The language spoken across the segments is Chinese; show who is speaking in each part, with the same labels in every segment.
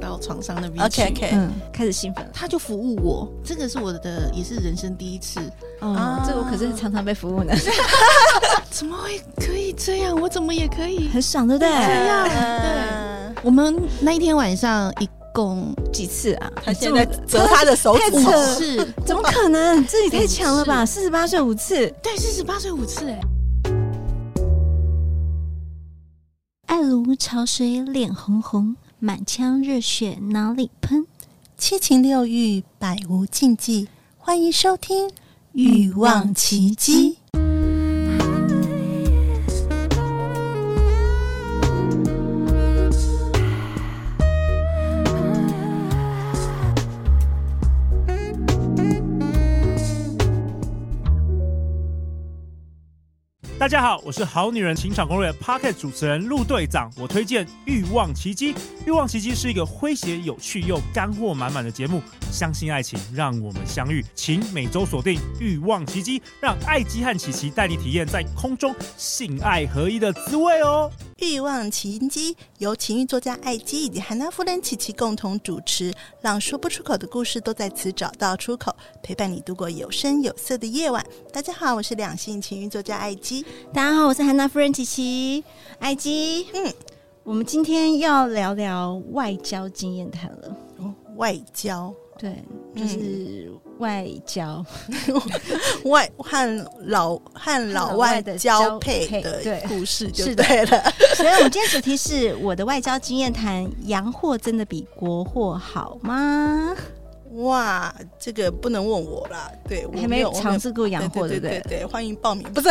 Speaker 1: 到床上那边去。
Speaker 2: OK OK，
Speaker 3: 嗯，开始兴奋了
Speaker 1: 他就服务我，这个是我的，也是人生第一次。
Speaker 3: 哦
Speaker 2: 啊，
Speaker 3: 这我可是常常被服务呢，
Speaker 1: 怎么会可以这样？我怎么也可以？
Speaker 3: 很爽，对不对？
Speaker 4: 嗯
Speaker 1: 样
Speaker 2: 对，
Speaker 1: 我们那一天晚上一共
Speaker 3: 几次啊？
Speaker 2: 他现在折他的手
Speaker 3: 太
Speaker 2: 指
Speaker 1: 五
Speaker 3: 扯
Speaker 2: 头，
Speaker 3: 了
Speaker 1: 次，
Speaker 3: 怎么可能？这也太强了 吧！四十八岁五次，
Speaker 1: 对，四十八岁五次哎、
Speaker 5: 爱如潮水，脸红红，满腔热血脑里喷。
Speaker 4: 七情六欲，百无禁忌。欢迎收听《
Speaker 5: 欲望
Speaker 4: 奇迹》。
Speaker 6: 大家好，我是好女人情场攻略 Pocket 主持人陆队长。我推荐《欲望奇迹》，《欲望奇迹》是一个诙谐、有趣又干货满满的节目。相信爱情，让我们相遇。请每周锁定《欲望奇迹》，让艾姬和琪琪带你体验在空中性爱合一的滋味哦。
Speaker 4: 欲望奇迹由情欲作家艾姬以及韩娜夫人琪琪共同主持，让说不出口的故事都在此找到出口，陪伴你度过有声有色的夜晚。大家好，我是两性情欲作家艾姬。
Speaker 3: 大家好，我是韩娜夫人琪琪，埃及。
Speaker 4: 嗯，
Speaker 3: 我们今天要聊聊外交经验谈了。
Speaker 4: 哦
Speaker 3: 嗯
Speaker 4: 外交
Speaker 3: 对，就是外交，
Speaker 4: 外和老和老外的交配
Speaker 3: 和老外的交配对
Speaker 4: 的故事就是
Speaker 3: 的
Speaker 4: 对了。
Speaker 3: 所以我们今天主题是我的外交经验谈：洋货真的比国货好吗？
Speaker 4: 哇，这个不能问我啦，对我
Speaker 3: 还
Speaker 4: 没
Speaker 3: 没
Speaker 4: 有
Speaker 3: 有
Speaker 4: 我
Speaker 3: 尝试过洋货，
Speaker 4: 对
Speaker 3: 不
Speaker 4: 对
Speaker 3: 对？啊
Speaker 4: 对，欢迎报名，不是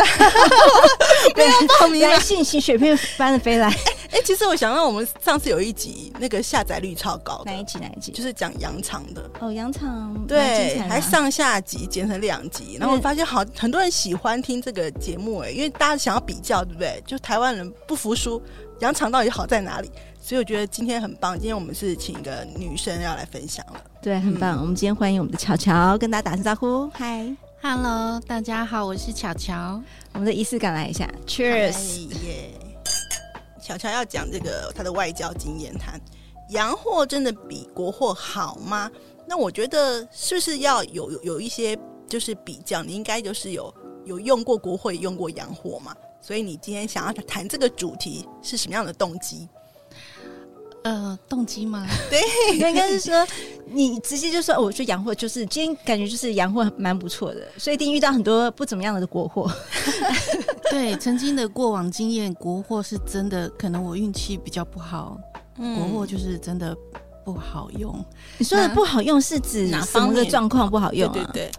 Speaker 4: 没有报名啊啦
Speaker 3: 来，信息雪片般 的飞来，
Speaker 4: 哎、其实我想到我们上次有一集那个下载率超高的，
Speaker 3: 哪一集？哪一集？
Speaker 4: 就是讲羊肠的，
Speaker 3: 哦，羊场
Speaker 4: 对，
Speaker 3: 啊
Speaker 4: 还上下集剪成两集，然后我发
Speaker 3: 嗯
Speaker 4: 现好很多人喜欢听这个节目哎、因为大家想要比较，对不对？就台湾人不服输，羊肠到底好在哪里？所以我觉得今天很棒，今天我们是请一个女生要来分享了。
Speaker 3: 对，很
Speaker 4: 嗯
Speaker 3: 棒。我们今天欢迎我们的巧巧，跟大家打声招呼，嗨。
Speaker 1: Hello，大家好，我是巧巧。
Speaker 3: 我们的仪式感来一下，Cheers！
Speaker 4: 哎耶！巧巧要讲这个她的外交经验谈，洋货真的比国货好吗？那我觉得是不是要有有有一些就是比较？你应该就是有有用过国货，也用过洋货嘛？所以你今天想要谈这个主题是什么样的动机？
Speaker 1: 呃，动机 吗？
Speaker 3: 那应该是说，你直接就说，哦我去洋货，就是今天感觉就是洋货蛮不错的，所以一定遇到很多不怎么样的国货。
Speaker 1: 对，曾经的过往经验，国货是真的，可能我运气比较不好，国货就是真的不好用。
Speaker 3: 你说的
Speaker 1: 哪
Speaker 3: 不好用是指
Speaker 4: 哪
Speaker 3: 什
Speaker 4: 方
Speaker 3: 么的
Speaker 4: 面
Speaker 3: 状况不好用、啊？
Speaker 4: 对对对，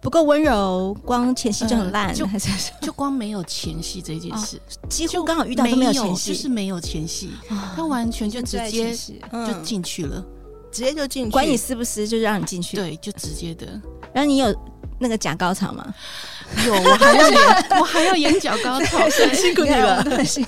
Speaker 3: 不够温柔，光前戏就很烂，
Speaker 1: 呃就
Speaker 3: 还是
Speaker 1: 就光没有前戏这件事，
Speaker 3: 几乎
Speaker 1: 就
Speaker 3: 刚好遇到都没有前戏，
Speaker 1: 就是没有哦前戏，
Speaker 3: 啊
Speaker 1: 他完全就直接就
Speaker 4: 嗯，
Speaker 1: 进去了，
Speaker 4: 直接就进去，
Speaker 3: 管你湿不湿，就让你进去。，
Speaker 1: 对，就直接的。
Speaker 3: 然后你有那个假高 潮吗？
Speaker 1: 有，我还要演，我还要眼角高潮，
Speaker 3: 辛苦你 了，这是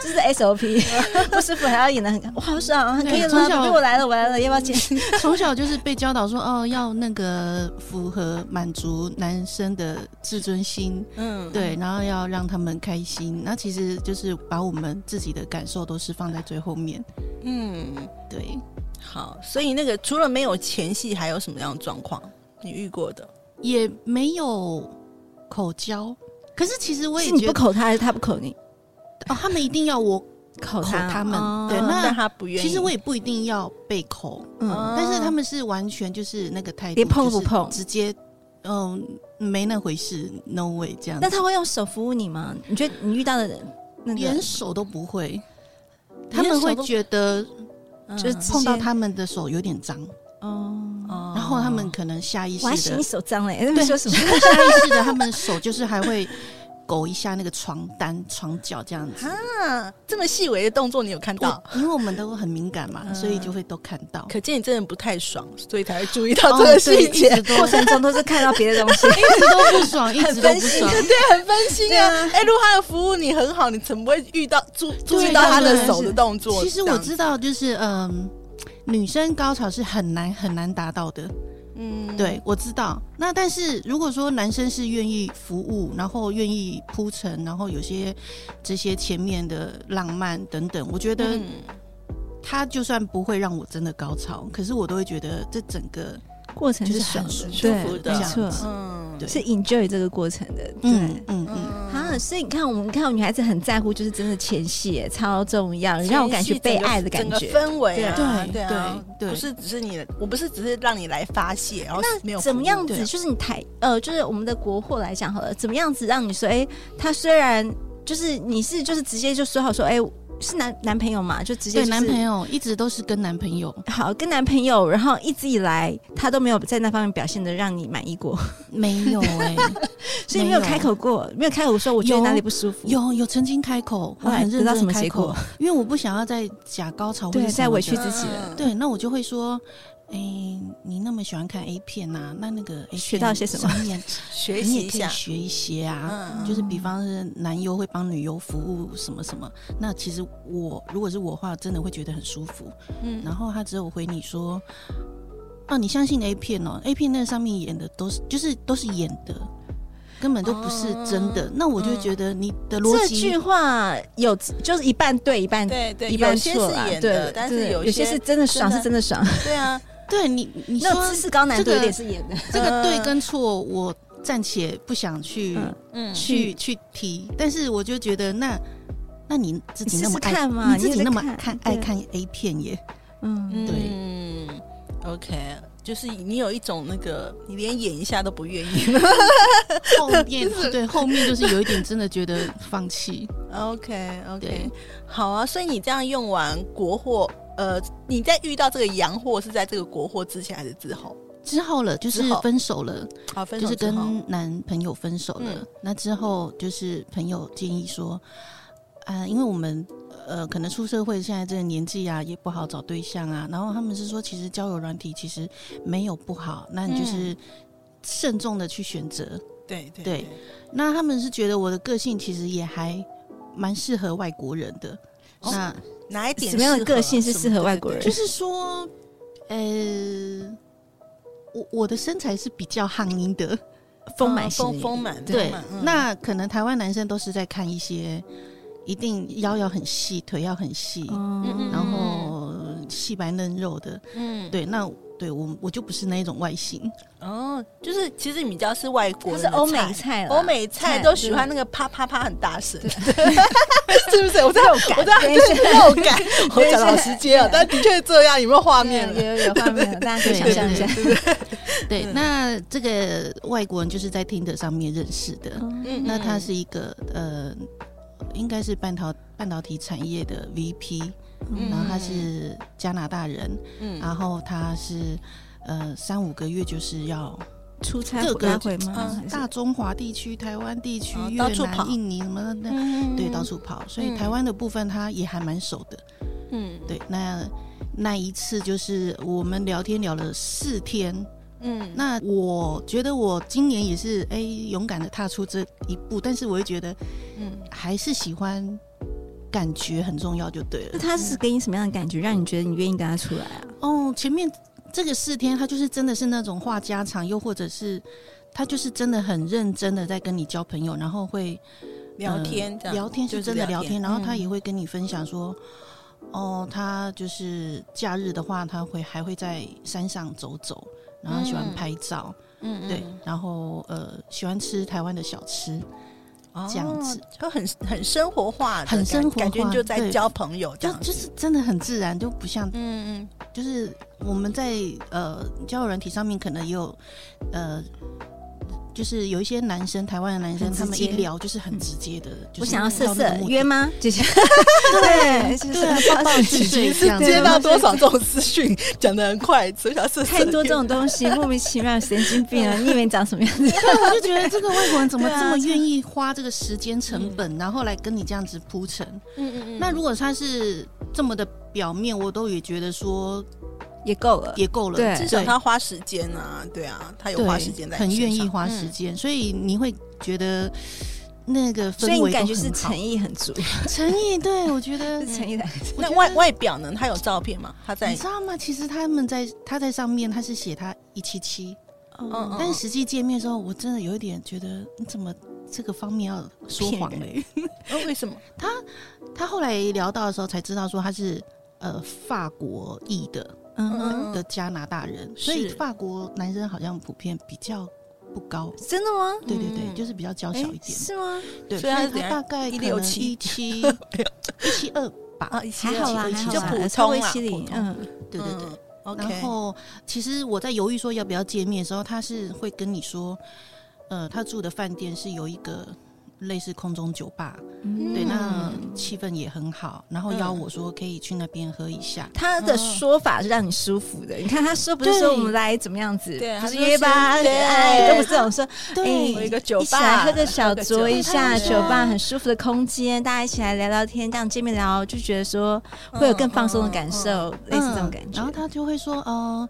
Speaker 3: 这是 SOP，不舒服还要演的很，我好爽，可
Speaker 1: 对
Speaker 3: 以了，
Speaker 1: 从小嗯
Speaker 3: 不我来了，我来了，要不要接？
Speaker 1: 从小就是被教导说，哦，要那个符合满足男生的自尊心，
Speaker 4: 嗯，
Speaker 1: 对，然后要让他们开心。那其实就是把我们自己的感受都是放在最后面。
Speaker 4: 嗯，
Speaker 1: 对，
Speaker 4: 好。所以那个除了没有前戏，还有什么样的状况你遇过的？
Speaker 1: 也没有口交，可是其实我也
Speaker 3: 是你
Speaker 1: 觉
Speaker 3: 不
Speaker 1: 得，
Speaker 3: 口他，还是他不口你？
Speaker 1: 哦，他们一定要我口
Speaker 3: 口他
Speaker 1: 他们，
Speaker 3: 哦
Speaker 1: 对，
Speaker 4: 但
Speaker 1: 那
Speaker 4: 他不愿意。
Speaker 1: 其实我也不一定要被口，
Speaker 3: 嗯，
Speaker 1: 但是他们是完全就是那个态度，
Speaker 3: 连碰都不
Speaker 1: 就是
Speaker 3: 碰
Speaker 1: 直接，嗯，没那回事，no way 这样子。
Speaker 3: 那他会用手服务你吗？你觉得你遇到的那个
Speaker 1: 连手都不会，他们会觉得
Speaker 4: 嗯
Speaker 3: 就是直接
Speaker 1: 碰到他们的手有点脏，
Speaker 3: 哦，
Speaker 4: 哦
Speaker 1: 然后他们可能下意识
Speaker 3: 我还嫌你
Speaker 1: 的，
Speaker 3: 手脏嘞，在
Speaker 1: 对
Speaker 3: 说什么？
Speaker 1: 下意识的他们手就是还会勾一下那个床单、床脚这样子。
Speaker 4: 啊，这么细微的动作你有看到哦
Speaker 1: 我？因为我们都很敏感嘛，
Speaker 4: 嗯
Speaker 1: 所以就会都看到。
Speaker 4: 可见你真的不太爽，所以才会注意到这个细节，
Speaker 1: 哦对一直都
Speaker 3: 过程中都是看到别的东 西，
Speaker 1: 一直都不爽，一直都
Speaker 3: 分
Speaker 1: 不
Speaker 3: 心
Speaker 1: 爽。
Speaker 4: 对，很分心
Speaker 3: 对
Speaker 4: 啊
Speaker 3: 啊。
Speaker 4: 哎、如果他的服务你很好，你怎么会遇到注注意到
Speaker 1: 对
Speaker 4: 他的
Speaker 1: 对
Speaker 4: 手
Speaker 1: 是
Speaker 4: 的动作？
Speaker 1: 其实
Speaker 4: 这
Speaker 1: 我
Speaker 4: 样
Speaker 1: 知道，就是嗯，女生高潮是很难很难达到的。
Speaker 4: 嗯，
Speaker 1: 对，我知道。那但是如果说男生是愿意服务，然后愿意铺陈，然后有些这些前面的浪漫等等，我觉得
Speaker 4: 嗯，
Speaker 1: 他就算不会让我真的高潮，可是我都会觉得这整个
Speaker 3: 过程
Speaker 1: 就是
Speaker 3: 爽
Speaker 1: 很
Speaker 3: 的，
Speaker 4: 舒
Speaker 3: 对
Speaker 4: 服的
Speaker 3: 没
Speaker 1: 这样
Speaker 3: 错，
Speaker 1: 子
Speaker 4: 嗯，
Speaker 1: 对，
Speaker 3: 是 enjoy 这个过程的，对。
Speaker 1: 嗯嗯嗯，
Speaker 3: 啊，所以你看，我们看到女孩子很在乎，就是真的前戏耶超重要，让我感觉被爱的感
Speaker 4: 整个
Speaker 3: 觉。
Speaker 4: 氛围啊，
Speaker 1: 对
Speaker 4: 对啊
Speaker 1: 对对
Speaker 4: 不是只是你的，我不是只是让你来发泄，然后没有
Speaker 3: 怎么样
Speaker 1: 对
Speaker 3: 子？
Speaker 1: 啊
Speaker 3: 就是你台呃，就是我们的国货来讲好了，怎么样子让你说，哎、他虽然就是你是就是直接就说好说，哎、是男男朋友嘛，就直接、就
Speaker 1: 对，
Speaker 3: 是、
Speaker 1: 男朋友一直都是跟男朋友，
Speaker 3: 好跟男朋友，然后一直以来他都没有在那方面表现的让你满意过，
Speaker 1: 没有哎、
Speaker 3: 所以没有开口过，没有开口说我觉得
Speaker 1: 有
Speaker 3: 哪里不舒服，
Speaker 1: 有有曾经开口，我
Speaker 3: 后来
Speaker 1: 很认
Speaker 3: 得到
Speaker 1: 真
Speaker 3: 什么
Speaker 1: 地开
Speaker 3: 结
Speaker 1: 口
Speaker 3: 果，
Speaker 1: 因为我不想要再假高潮或
Speaker 3: 对
Speaker 1: 者
Speaker 3: 再委
Speaker 4: 嗯
Speaker 3: 屈自己了
Speaker 1: 对，那我就会说，哎、你那么喜欢看 A 片呐、那那个 A 片
Speaker 3: 学到些什么
Speaker 1: 上 面
Speaker 4: 学
Speaker 1: 你
Speaker 4: 习
Speaker 1: 也
Speaker 4: 一
Speaker 1: 可以
Speaker 4: 下，
Speaker 1: 学一些啊。
Speaker 4: 嗯，
Speaker 1: 就是比方是男优会帮女优服务什么什么，那其实我如果是我的话，真的会觉得很舒服。
Speaker 4: 嗯
Speaker 1: 然后他只有回你说，啊，你相信 A 片哦？A 片那上面演的都是就是都是演的，根本都不是真的。那我就会觉得你的逻
Speaker 3: 哦嗯这
Speaker 1: 辑
Speaker 3: 句话有就是一半对一半
Speaker 4: 对对，
Speaker 3: 一
Speaker 4: 有
Speaker 3: 半
Speaker 4: 些
Speaker 3: 错
Speaker 4: 是
Speaker 3: 啦，
Speaker 4: 演
Speaker 3: 对
Speaker 4: 的，，但
Speaker 3: 对
Speaker 4: 是
Speaker 3: 有
Speaker 4: 些
Speaker 3: 是真的爽，是真的爽。
Speaker 4: 对啊，
Speaker 1: 对你你
Speaker 3: 那
Speaker 1: 说
Speaker 3: 种知识高难度有点是演的，
Speaker 1: 这个对跟错，我暂且不想去、
Speaker 3: 嗯
Speaker 4: 嗯
Speaker 1: 去去提，但是我就觉得那。那你自己
Speaker 3: 你
Speaker 1: 那
Speaker 3: 试
Speaker 1: 么
Speaker 3: 试
Speaker 1: 爱，
Speaker 3: 看嘛
Speaker 1: 你自
Speaker 3: 你
Speaker 1: 己
Speaker 3: 也
Speaker 1: 那
Speaker 3: 在
Speaker 1: 么
Speaker 3: 看
Speaker 1: 看
Speaker 3: 对
Speaker 1: 爱看 A 片 耶，
Speaker 3: 嗯，
Speaker 1: 对
Speaker 4: 嗯，OK，就是你有一种那个，你连演一下都不愿 意。
Speaker 1: 后面对后面就是有一点真的觉得放弃，
Speaker 4: OK
Speaker 1: 对
Speaker 4: OK，好啊，所以你这样用完国货，呃，你在遇到这个洋货是在这个国货之前还是之后？
Speaker 1: 之后了就是
Speaker 4: 之后
Speaker 1: 分手了，
Speaker 4: 好，分
Speaker 1: 就
Speaker 4: 手
Speaker 1: 是
Speaker 4: 之后，
Speaker 1: 跟男朋友分手了。
Speaker 4: 嗯
Speaker 1: 那之后就是朋友建议说，啊、因为我们呃可能出社会现在这个年纪啊，也不好找对象啊。然后他们是说，其实交友软体其实没有不好，那你就是
Speaker 4: 嗯
Speaker 1: 慎重的去选择。
Speaker 4: 对对
Speaker 1: 对那他们是觉得我的个性其实也还蛮适合外国人的。
Speaker 4: 哦
Speaker 1: 那
Speaker 4: 哪一点
Speaker 3: 什么样的
Speaker 4: 适合
Speaker 3: 个性是适合外国人
Speaker 1: 就？是说，呃。我我的身材是比较汉英的，
Speaker 3: 丰满型
Speaker 4: 丰
Speaker 3: 的
Speaker 4: 丰满，
Speaker 1: 对
Speaker 4: 丰满，嗯
Speaker 1: 那可能台湾男生都是在看一些，一定腰要很细，腿要很细，
Speaker 3: 哦
Speaker 4: 嗯
Speaker 1: 然后细白嫩肉的。
Speaker 4: 嗯，
Speaker 1: 对，那对我我就不是那一种外形，
Speaker 4: 哦，就是其实你比较是外国人
Speaker 3: 它是
Speaker 4: 的
Speaker 3: 欧美菜啦，
Speaker 4: 欧美菜
Speaker 3: 菜
Speaker 4: 都喜欢那个啪啪啪很大声， 是不是？我在我在
Speaker 3: 等一下
Speaker 4: 啊肉 感，我
Speaker 3: 一下
Speaker 4: 讲得好直接啊，但的确是这样，有没有画面啊了？
Speaker 3: 有有有画面了， 大家可以
Speaker 1: 对
Speaker 3: 想象一下。 嗯
Speaker 1: 对，那这个外国人就是在听的上面认识的，
Speaker 4: 嗯
Speaker 1: 那他是一个呃，应该是半导半导体产业的 VP，、
Speaker 4: 嗯
Speaker 1: 然后他是加拿大人，
Speaker 4: 嗯
Speaker 1: 然后他是呃三五个月就是要
Speaker 3: 出差
Speaker 1: 各
Speaker 3: 回
Speaker 1: 个
Speaker 3: 来回吗
Speaker 4: 嗯？
Speaker 3: 还是
Speaker 1: 大中华地区、台湾地区、
Speaker 4: 哦
Speaker 1: 越
Speaker 4: 到处跑嗯
Speaker 1: 南、印尼什么的，对，到处跑。所以台湾的部分他也还蛮熟的。
Speaker 4: 嗯
Speaker 1: 对，那那一次就是我们聊天聊了四天。
Speaker 4: 嗯
Speaker 1: 那我觉得我今年也是哎、勇敢的踏出这一步，但是我会觉得
Speaker 4: 嗯
Speaker 1: 还是喜欢感觉很重要就对
Speaker 3: 那
Speaker 1: 了。
Speaker 3: 他是给你什么样的感觉，让你觉得你愿意跟他出来啊？
Speaker 1: 哦，前面这个四天他就是真的是那种话家常，又或者是他就是真的很认真的在跟你交朋友，然后会
Speaker 4: 聊
Speaker 1: 嗯
Speaker 4: 天这样，
Speaker 1: 聊天
Speaker 4: 就是
Speaker 1: 真的聊天，然后他
Speaker 4: 嗯
Speaker 1: 也会跟你分享说，哦，他就是假日的话，他会还会在山上走走，然后喜欢
Speaker 4: 嗯
Speaker 1: 拍照，
Speaker 4: 嗯
Speaker 1: 对，然后呃喜欢吃台湾的小吃，
Speaker 4: 嗯
Speaker 1: 这样子
Speaker 4: 哦就很很生活化的感，
Speaker 1: 很生活化
Speaker 4: 感觉就在
Speaker 1: 对
Speaker 4: 交朋友这
Speaker 1: 就
Speaker 4: 样子，
Speaker 1: 就是真的很自然，就不像
Speaker 4: 嗯
Speaker 1: 就是我们在呃交友软体上面可能也有呃。就是有一些男生，台湾的男生，
Speaker 3: 很直
Speaker 1: 他们一
Speaker 3: 接
Speaker 1: 聊就是很直接的，就是
Speaker 3: 我想要色
Speaker 1: 到那
Speaker 3: 色
Speaker 1: 个目的
Speaker 3: 约吗？姐姐，对，就是
Speaker 1: 对啊，抱抱
Speaker 4: 嗯，
Speaker 1: 睡睡这样
Speaker 4: 是
Speaker 1: 子，
Speaker 4: 接到多少这种私讯，讲的很快，所以小是
Speaker 3: 太多这种东西，莫名其妙，神经病啊！你以为你长什么样 子？
Speaker 1: 啊我就觉得这个外国人怎么
Speaker 4: 对啊
Speaker 1: 这么愿意花这个时间成本，然后来跟你这样子铺陈？
Speaker 4: 嗯嗯
Speaker 1: 那如果他是这么的表面，我都也觉得说
Speaker 3: 也够了，
Speaker 1: 也够了，
Speaker 3: 对
Speaker 4: 至少他花时间啊，对啊，他有
Speaker 1: 对
Speaker 4: 花时间在你
Speaker 1: 很
Speaker 4: 身
Speaker 1: 愿意
Speaker 4: 上嗯
Speaker 1: 花时，间，所以你会觉得那个氛
Speaker 3: 所以
Speaker 1: 围
Speaker 3: 你
Speaker 1: 都
Speaker 3: 感觉
Speaker 1: 很
Speaker 3: 是
Speaker 1: 好
Speaker 3: 诚意很 足，
Speaker 1: 诚意，对我觉 得
Speaker 3: 是诚意的。
Speaker 4: 嗯
Speaker 1: 我
Speaker 4: 那
Speaker 1: 觉
Speaker 4: 外
Speaker 1: 得嗯
Speaker 4: 外表呢？他有照片吗？他在
Speaker 1: 你知道吗？其实他们在他在上面他是写他一七七，
Speaker 4: 嗯嗯
Speaker 1: 但实际见面的时候，我真的有一点觉得你怎么这个方面要说
Speaker 3: 骗
Speaker 1: 谎
Speaker 3: 人
Speaker 1: 嘞？
Speaker 4: 嗯为什么？
Speaker 1: 他后来聊到的时候才知道说他是呃法国裔的
Speaker 3: 嗯哼，
Speaker 4: 嗯
Speaker 1: 的加拿大人，所以
Speaker 3: 是
Speaker 1: 法国男生好像普遍比较不高。
Speaker 3: 真的吗？
Speaker 1: 对对对，
Speaker 4: 嗯
Speaker 1: 就是比较娇小
Speaker 3: 哎
Speaker 1: 一点，
Speaker 3: 是吗？
Speaker 1: 对，
Speaker 4: 所以
Speaker 1: 所
Speaker 4: 他
Speaker 1: 以
Speaker 4: 是怎
Speaker 1: 他
Speaker 4: 样
Speaker 1: 大概可能
Speaker 4: 167
Speaker 1: 一 七一七二吧，
Speaker 4: 啊，一起
Speaker 3: 还好啦，
Speaker 1: 一
Speaker 3: 还
Speaker 1: 起
Speaker 3: 好
Speaker 4: 就
Speaker 3: 啦
Speaker 4: 普通啦
Speaker 3: 稍微七
Speaker 4: 普
Speaker 3: 零，
Speaker 4: 通
Speaker 3: 嗯，
Speaker 1: 对对对。
Speaker 4: OK，
Speaker 1: 然后其实我在犹豫说要不要见面的时候，他是会跟你说，呃，他住的饭店是有一个类似空中酒吧，
Speaker 3: 嗯
Speaker 1: 对，那气氛也很好，然后邀
Speaker 4: 嗯
Speaker 1: 我说可以去那边喝一下。
Speaker 3: 他的说法是让你舒服的。你看他说不是说
Speaker 1: 对
Speaker 3: 我们来怎么样子，
Speaker 4: 对
Speaker 3: 不是
Speaker 4: 他说
Speaker 3: 约吧，
Speaker 4: 是
Speaker 3: 恋爱
Speaker 4: 对
Speaker 3: 都不是这种说，
Speaker 1: 对，
Speaker 4: 我
Speaker 3: 哎
Speaker 4: 有一个酒吧，
Speaker 3: 一起来喝个小酌一下，
Speaker 1: 喝个酒
Speaker 3: 酒吧很舒服的空间，大家一起来聊聊天，这样见面聊就觉得说
Speaker 4: 嗯
Speaker 3: 会有更放松的感受，类似这种感
Speaker 1: 嗯
Speaker 3: 觉。
Speaker 1: 然后他就会说，哦、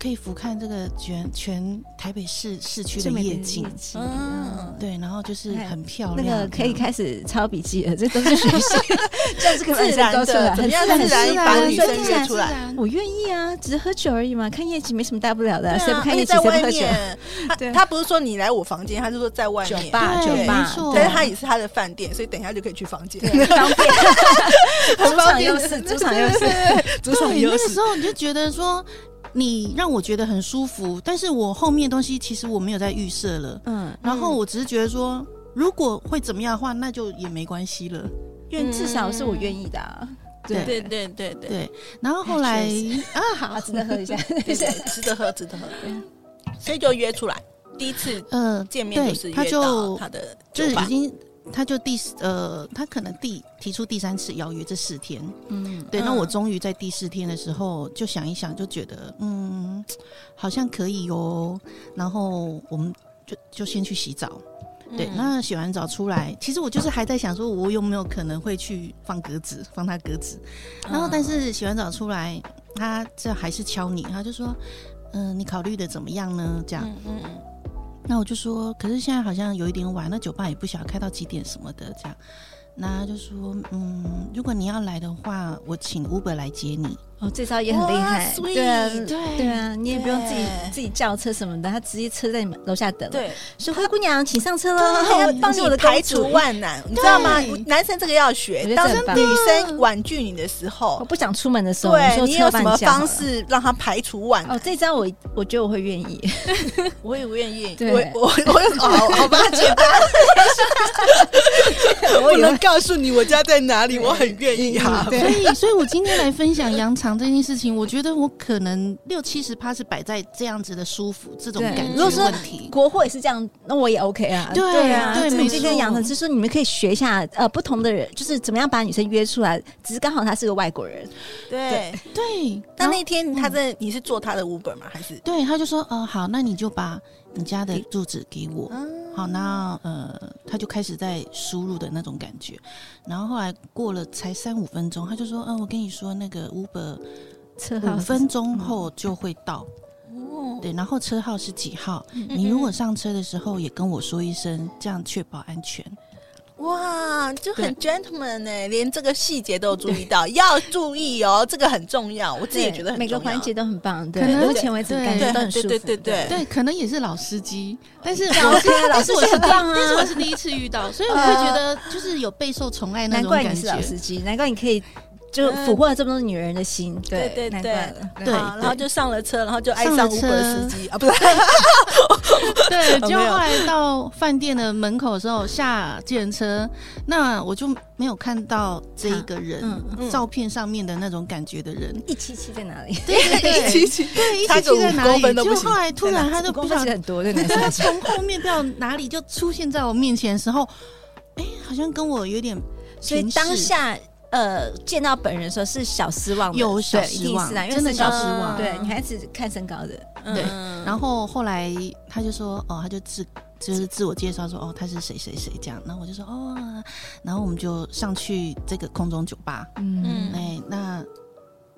Speaker 1: 可以俯瞰这个全全台北市市区的
Speaker 3: 最美
Speaker 1: 夜景，
Speaker 4: 嗯，
Speaker 1: 对，然后就是
Speaker 3: 哎
Speaker 1: 很漂
Speaker 3: 那
Speaker 1: 亮。
Speaker 3: 个可以
Speaker 1: 这样
Speaker 3: 开始抄笔记了，这都是学习， 这样子可以把你
Speaker 4: 自然
Speaker 3: 勾出来
Speaker 4: 的，怎么样？
Speaker 3: 很
Speaker 4: 自然把
Speaker 3: 很
Speaker 4: 女
Speaker 3: 自
Speaker 4: 生
Speaker 3: 然自
Speaker 4: 约
Speaker 3: 然
Speaker 4: 出来，
Speaker 3: 我愿意啊，只是喝酒而已嘛，看夜景没什么大不了的，啊谁不
Speaker 4: 而
Speaker 3: 看夜
Speaker 4: 且
Speaker 3: 景
Speaker 4: 啊哎在
Speaker 3: 谁
Speaker 4: 外
Speaker 3: 不喝酒？
Speaker 4: 面，他
Speaker 3: 对
Speaker 4: 他不是说你来我房间，他是说在外面，
Speaker 3: 吧，
Speaker 1: 对
Speaker 3: 酒吧
Speaker 1: 没，错
Speaker 4: 但是 他也是他的饭店，所以等一下就可以去房间，
Speaker 3: 对方便，
Speaker 4: 很方便
Speaker 3: 主场优势，主场优势，
Speaker 4: 主
Speaker 1: 对，
Speaker 4: 场
Speaker 1: 那
Speaker 4: 优
Speaker 1: 个
Speaker 4: 势
Speaker 1: 时。候你就觉得说，你让我觉得很舒服，但是我后面的东西其实我没有在预设了，
Speaker 3: 嗯，
Speaker 1: 然后我只是觉得说，如果会怎么样的话，那就也没关系了。
Speaker 3: 愿至少是我愿意的啊，
Speaker 1: 对
Speaker 4: 嗯对对对对，
Speaker 1: 对，然后后
Speaker 3: 哎
Speaker 1: 来啊，
Speaker 3: 好，值得喝一下，
Speaker 4: 对对值得喝，值得喝，所以就约出来。第一次
Speaker 1: 呃，
Speaker 4: 见面
Speaker 1: 对
Speaker 4: 就是
Speaker 1: 他
Speaker 4: 约到
Speaker 1: 就
Speaker 4: 他的酒
Speaker 1: 就是已
Speaker 4: 吧，
Speaker 1: 经。他就第呃，他可能第提出第三次邀约，这四天，
Speaker 3: 嗯，
Speaker 1: 对，那
Speaker 4: 嗯
Speaker 1: 我终于在第四天的时候，就想一想，就觉得嗯，好像可以哦。然后我们就就先去洗澡，对。
Speaker 4: 嗯
Speaker 1: 那洗完澡出来，其实我就是还在想说，我有没有可能会去放鸽子，放他鸽子。
Speaker 4: 嗯
Speaker 1: 然后，但是洗完澡出来，他这还是敲你，他就说。嗯、你考虑的怎么样呢？这样，
Speaker 4: 嗯嗯嗯，
Speaker 1: 那我就说，可是现在好像有一点晚，那酒吧也不晓得开到几点什么的，这样。那他就说，嗯，如果你要来的话，我请 Uber 来接你。
Speaker 3: 哦，这招也很厉害
Speaker 4: 哇，，sweet，
Speaker 3: 对啊，
Speaker 4: 对
Speaker 3: 对啊，你也不用自己
Speaker 4: 对
Speaker 3: 自己叫车什么的，他直接车在你们楼下等了。
Speaker 4: 对，
Speaker 3: 说灰姑娘，请上车喽，
Speaker 4: 他要帮
Speaker 3: 你是我
Speaker 4: 你
Speaker 3: 的
Speaker 4: 排
Speaker 3: 公
Speaker 4: 除
Speaker 3: 主。
Speaker 4: 万难，你知道吗
Speaker 1: 对？
Speaker 4: 男生这个要
Speaker 3: 我
Speaker 4: 学
Speaker 3: 觉，得
Speaker 4: 当
Speaker 3: 这很棒
Speaker 4: 女生婉拒你的时
Speaker 3: 我
Speaker 4: 候，
Speaker 3: 不想出门的时候，
Speaker 4: 对
Speaker 3: 说
Speaker 4: 你
Speaker 3: 车
Speaker 4: 有什
Speaker 3: 帮你
Speaker 4: 么
Speaker 3: 叫好
Speaker 4: 方
Speaker 3: 了？
Speaker 4: 式让他排除万
Speaker 3: 哦，
Speaker 4: 难？
Speaker 3: 这招我我觉得我会愿意，
Speaker 4: 我也不愿意，
Speaker 3: 对
Speaker 4: 我我我有 好好吧，简单， 我不能告诉你我家在哪里，我很愿意啊。
Speaker 1: 所以，所以我今天来分享羊肠这件事情，我觉得我可能六七十趴是摆在这样子的舒服这种
Speaker 3: 对
Speaker 1: 感觉
Speaker 3: 如果说
Speaker 1: 问题。
Speaker 3: 国货也是这样，那我也 OK 啊。
Speaker 1: 对
Speaker 3: 啊，
Speaker 1: 对
Speaker 3: 这
Speaker 1: 没
Speaker 3: 你就跟
Speaker 1: 错
Speaker 3: 杨晨是说，你们可以学一下，呃，不同的人就是怎么样把女生约出来，只是刚好他是个外国人，
Speaker 4: 对，嗯
Speaker 1: 对，然
Speaker 4: 但
Speaker 1: 后
Speaker 4: 那天他在你是坐他的 Uber 吗？还是
Speaker 1: 对他就说，呃，好，那你就把你家的住址给我。
Speaker 3: 嗯
Speaker 1: 好，那呃，他就开始在输入的那种感觉。然后后来过了才三五分钟，他就说，嗯、我跟你说，那个 Uber
Speaker 3: 车号
Speaker 1: 五分钟后就会到。对，然后车号是几号？你如果上车的时候也跟我说一声，这样确保安全。
Speaker 4: 哇，就很 gentleman 呢、连这个细节都有注意 到，要注意哦，这个很重要。我自己也觉得很
Speaker 3: 每
Speaker 4: 重要
Speaker 3: 个环节都很棒，对
Speaker 1: 可，能
Speaker 3: 目前为止
Speaker 1: 对
Speaker 3: 感觉
Speaker 4: 对
Speaker 3: 都很舒
Speaker 4: 对
Speaker 3: 服。
Speaker 4: 对对对，
Speaker 1: 对，可能也是老司机， 但是
Speaker 3: 老
Speaker 1: 我
Speaker 3: 师
Speaker 1: 是，
Speaker 3: 老
Speaker 1: 但
Speaker 3: 师
Speaker 1: 是我是
Speaker 3: 很
Speaker 1: 第，
Speaker 3: 棒啊
Speaker 1: 但是我是第一次遇到，所以我会觉得就是有备受宠爱那
Speaker 3: 难
Speaker 1: 种
Speaker 3: 怪
Speaker 1: 感
Speaker 3: 你是
Speaker 1: 觉
Speaker 3: 老。司机，难怪你可以就俘获了这么多女人的心，
Speaker 4: 对对
Speaker 3: 难
Speaker 4: 对
Speaker 3: 怪了。
Speaker 1: 对
Speaker 4: 好然后就上了车，然后就爱
Speaker 1: 上
Speaker 4: 上
Speaker 1: 了
Speaker 4: Uber
Speaker 1: 车
Speaker 4: 司机啊，不 是，
Speaker 1: 对，
Speaker 4: 没
Speaker 1: 结果
Speaker 4: 有
Speaker 1: 后来到饭店的门口的时候下计程车，那我就没有看到这一个人、
Speaker 3: 嗯
Speaker 4: 嗯
Speaker 1: 照片上面的那种感觉的人。
Speaker 3: 一七七在哪里？
Speaker 1: 对对对，
Speaker 4: 七七
Speaker 1: 对，一
Speaker 4: 差
Speaker 1: 起
Speaker 4: 个
Speaker 1: 去在
Speaker 4: 五
Speaker 1: 哪
Speaker 4: 公
Speaker 1: 里？
Speaker 4: 分都不
Speaker 1: 就
Speaker 4: 行
Speaker 1: 后来突 然他就
Speaker 3: 公
Speaker 1: 不
Speaker 3: 分
Speaker 1: 晓
Speaker 3: 其
Speaker 1: 得
Speaker 3: 实很多，对
Speaker 1: 对
Speaker 3: 男
Speaker 1: 他
Speaker 3: 生。
Speaker 1: 从后面不知道哪里就出现在我面前的时候，哎、好像跟我有点
Speaker 3: 所以
Speaker 1: 平视
Speaker 3: 当下呃见到本人的时候是小失望的，
Speaker 1: 有小
Speaker 3: 对一
Speaker 1: 失
Speaker 3: 定
Speaker 1: 望
Speaker 3: 是啊啦，因为
Speaker 1: 真的
Speaker 3: 身
Speaker 1: 小
Speaker 3: 高
Speaker 1: 失望。
Speaker 3: 对，女孩子看身高的，
Speaker 1: 对
Speaker 4: 嗯
Speaker 1: 然后后来他就说，哦，他就自就是自我介绍说，哦，他是谁谁谁这样。然后我就说，哦，啊然后我们就上去这个空中酒吧，
Speaker 3: 嗯，
Speaker 1: 哎、那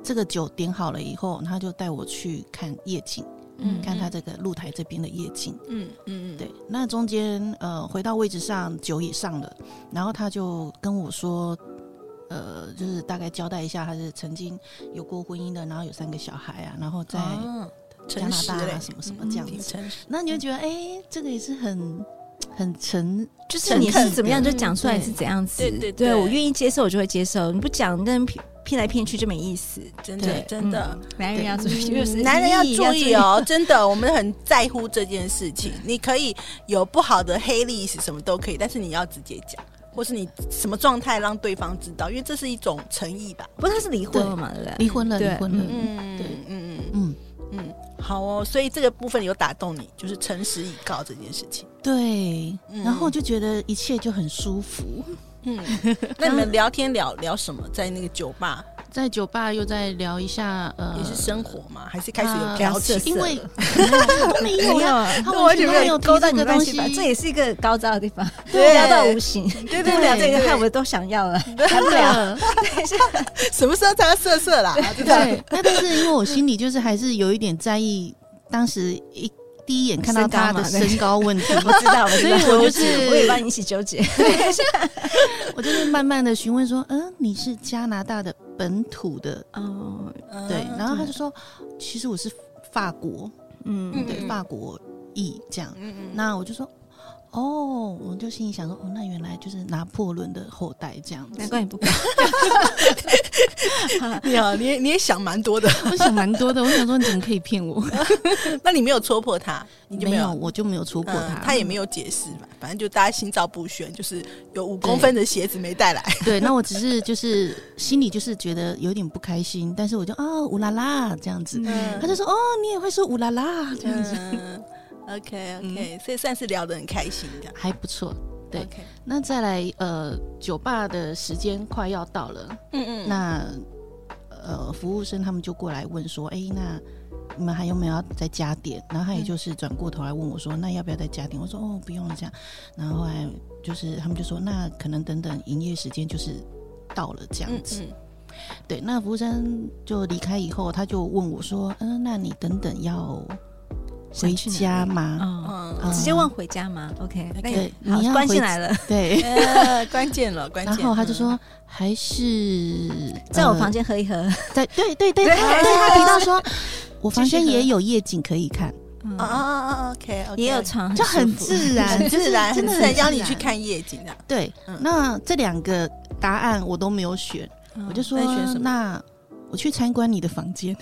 Speaker 1: 这个酒点好了以后，他就带我去看夜景，
Speaker 3: 嗯
Speaker 1: 看他这个露台这边的夜景。
Speaker 4: 嗯嗯嗯，
Speaker 1: 对，那中间呃回到位置上，酒也上了，然后他就跟我说，呃，就是大概交代一下，他是曾经有过婚姻的，然后有三个小孩啊，然后在、
Speaker 4: 哦
Speaker 1: 加
Speaker 4: 诚
Speaker 1: 拿
Speaker 4: 实
Speaker 1: 大啊
Speaker 4: 嘞，
Speaker 1: 什么什么
Speaker 4: 嗯
Speaker 1: 这样
Speaker 4: 挺
Speaker 1: 子
Speaker 4: 诚实嗯
Speaker 1: 那你就觉得，哎、这个也是很很诚，
Speaker 3: 就是
Speaker 1: 诚
Speaker 3: 你
Speaker 1: 恳
Speaker 3: 是怎么样
Speaker 1: 的
Speaker 3: 就讲出来是怎样子，
Speaker 4: 对对对
Speaker 3: 我愿意接受我就会接受，你不讲那骗来骗去就没意思。嗯
Speaker 4: 真的
Speaker 1: 对
Speaker 4: 真的，嗯
Speaker 3: 男人
Speaker 1: 对
Speaker 3: 要注意，又是
Speaker 4: 男人要
Speaker 3: 你
Speaker 4: 注意哦，真的，我们很在乎这件事情。 你可以有不好的黑历史，什么都可以，但是你要直接讲，或是你什么状态让对方知道，因为这是一种诚意吧。
Speaker 3: 不过他是离婚了嘛，对不对？
Speaker 1: 离婚了，离
Speaker 3: 对
Speaker 1: 婚了，
Speaker 4: 嗯，
Speaker 1: 对
Speaker 4: 嗯嗯
Speaker 1: 嗯，
Speaker 4: 嗯，好哦。所以这个部分有打动你，就是诚实以告这件事情。
Speaker 1: 对
Speaker 4: 嗯，
Speaker 1: 然后就觉得一切就很舒服，
Speaker 4: 嗯，那你们聊天聊聊什么？在那个酒吧
Speaker 1: 在酒吧又再聊一下，呃，
Speaker 4: 也是生活吗？还是开始有
Speaker 1: 呃
Speaker 4: 聊起
Speaker 3: 色？
Speaker 1: 因为没
Speaker 3: 没有
Speaker 1: 有呀，
Speaker 3: 啊，
Speaker 1: 他
Speaker 3: 我
Speaker 1: 完全
Speaker 3: 觉
Speaker 1: 没
Speaker 3: 得
Speaker 1: 有
Speaker 3: 勾到
Speaker 1: 提
Speaker 3: 你
Speaker 1: 这个
Speaker 3: 的
Speaker 1: 东
Speaker 3: 关系
Speaker 1: 西
Speaker 3: 吧，，这也是一个高招的地方，
Speaker 4: 对
Speaker 3: 聊到无形，
Speaker 4: 对
Speaker 3: 对聊这个害我都想要了，聊不了。
Speaker 1: 了。
Speaker 4: 什么时候才要色色啦？真的
Speaker 1: 对，那但是因为我心里就是还是有一点在意，当时一第一眼看到他的身高问题，
Speaker 3: 我知道，我知道
Speaker 1: 所以我就是
Speaker 3: 我也帮你一起纠结。
Speaker 1: 我就是慢慢的询问说，嗯，你是加拿大的本土的，
Speaker 3: 哦，
Speaker 1: 对，
Speaker 4: 嗯
Speaker 1: 然后他就说，其实我是法国，
Speaker 3: 嗯，
Speaker 1: 对，
Speaker 4: 嗯
Speaker 1: 法国裔这样，
Speaker 4: 嗯嗯
Speaker 1: 那我就说。哦，我就心里想说，哦，那原来就是拿破仑的后代这样
Speaker 3: 难
Speaker 1: 子，
Speaker 3: 怪你不敢。
Speaker 4: 你好，嗯你也你也想蛮多的，
Speaker 1: 我想蛮多的。我想说，你怎么可以骗我？
Speaker 4: 那你没有戳破他， 你就
Speaker 1: 没
Speaker 4: 有
Speaker 1: 有，我就没有戳破
Speaker 4: 嗯
Speaker 1: 他。
Speaker 4: 他也没有解释嘛，反正就大家心照不宣，就是有五公分的鞋子没带来，
Speaker 1: 对，那我只是就是心里就是觉得有点不开心，但是我就啊乌拉拉这样子，
Speaker 4: 嗯
Speaker 1: 他就说哦你也会说乌拉拉这样子，
Speaker 4: 嗯，OK OK，所以算是聊得很开心的。
Speaker 1: 还不错。对
Speaker 4: OK，
Speaker 1: 那再来呃酒吧的时间快要到了，
Speaker 4: 嗯嗯
Speaker 1: 那呃服务生他们就过来问说，哎、那你们还有没有要再加点？然后
Speaker 4: 嗯
Speaker 1: 他也就是转过头来问我说，那要不要再加点？我说哦不用了这样。然后后来就是他们就说，那可能等等营业时间就是到了这样子。
Speaker 4: 嗯
Speaker 1: 对，那服务生就离开以后，他就问我说：“嗯、那你等等要回家吗
Speaker 3: 哦，
Speaker 4: 嗯
Speaker 1: 嗯
Speaker 3: 直接问回家吗？OK，那
Speaker 4: 哎
Speaker 1: 对
Speaker 3: 好
Speaker 1: 你要
Speaker 3: 关
Speaker 1: 回
Speaker 3: 进来了，？”
Speaker 1: 对，
Speaker 4: 呃，关 键了，关嗯
Speaker 1: 然
Speaker 4: 键。
Speaker 1: 后他就说：“还是
Speaker 3: 在我
Speaker 1: 呃
Speaker 3: 房间喝一喝。
Speaker 1: 在对对 对，对
Speaker 3: 对
Speaker 1: 他提到说，我房间也有夜景可以看，
Speaker 3: 嗯
Speaker 4: 啊啊啊，OK OK，
Speaker 3: 也有床，
Speaker 1: 就很
Speaker 3: 舒服
Speaker 1: 自 然，
Speaker 4: 很
Speaker 1: 就是
Speaker 4: 自然，
Speaker 1: 真的
Speaker 4: 很
Speaker 1: 很
Speaker 4: 自然邀你
Speaker 1: 自
Speaker 4: 去。看夜景的。”
Speaker 1: 对
Speaker 4: 嗯，
Speaker 1: 那这两个答案我都没有选，我就说
Speaker 4: 嗯那你选什么：“
Speaker 1: 那我去参观你的房间。”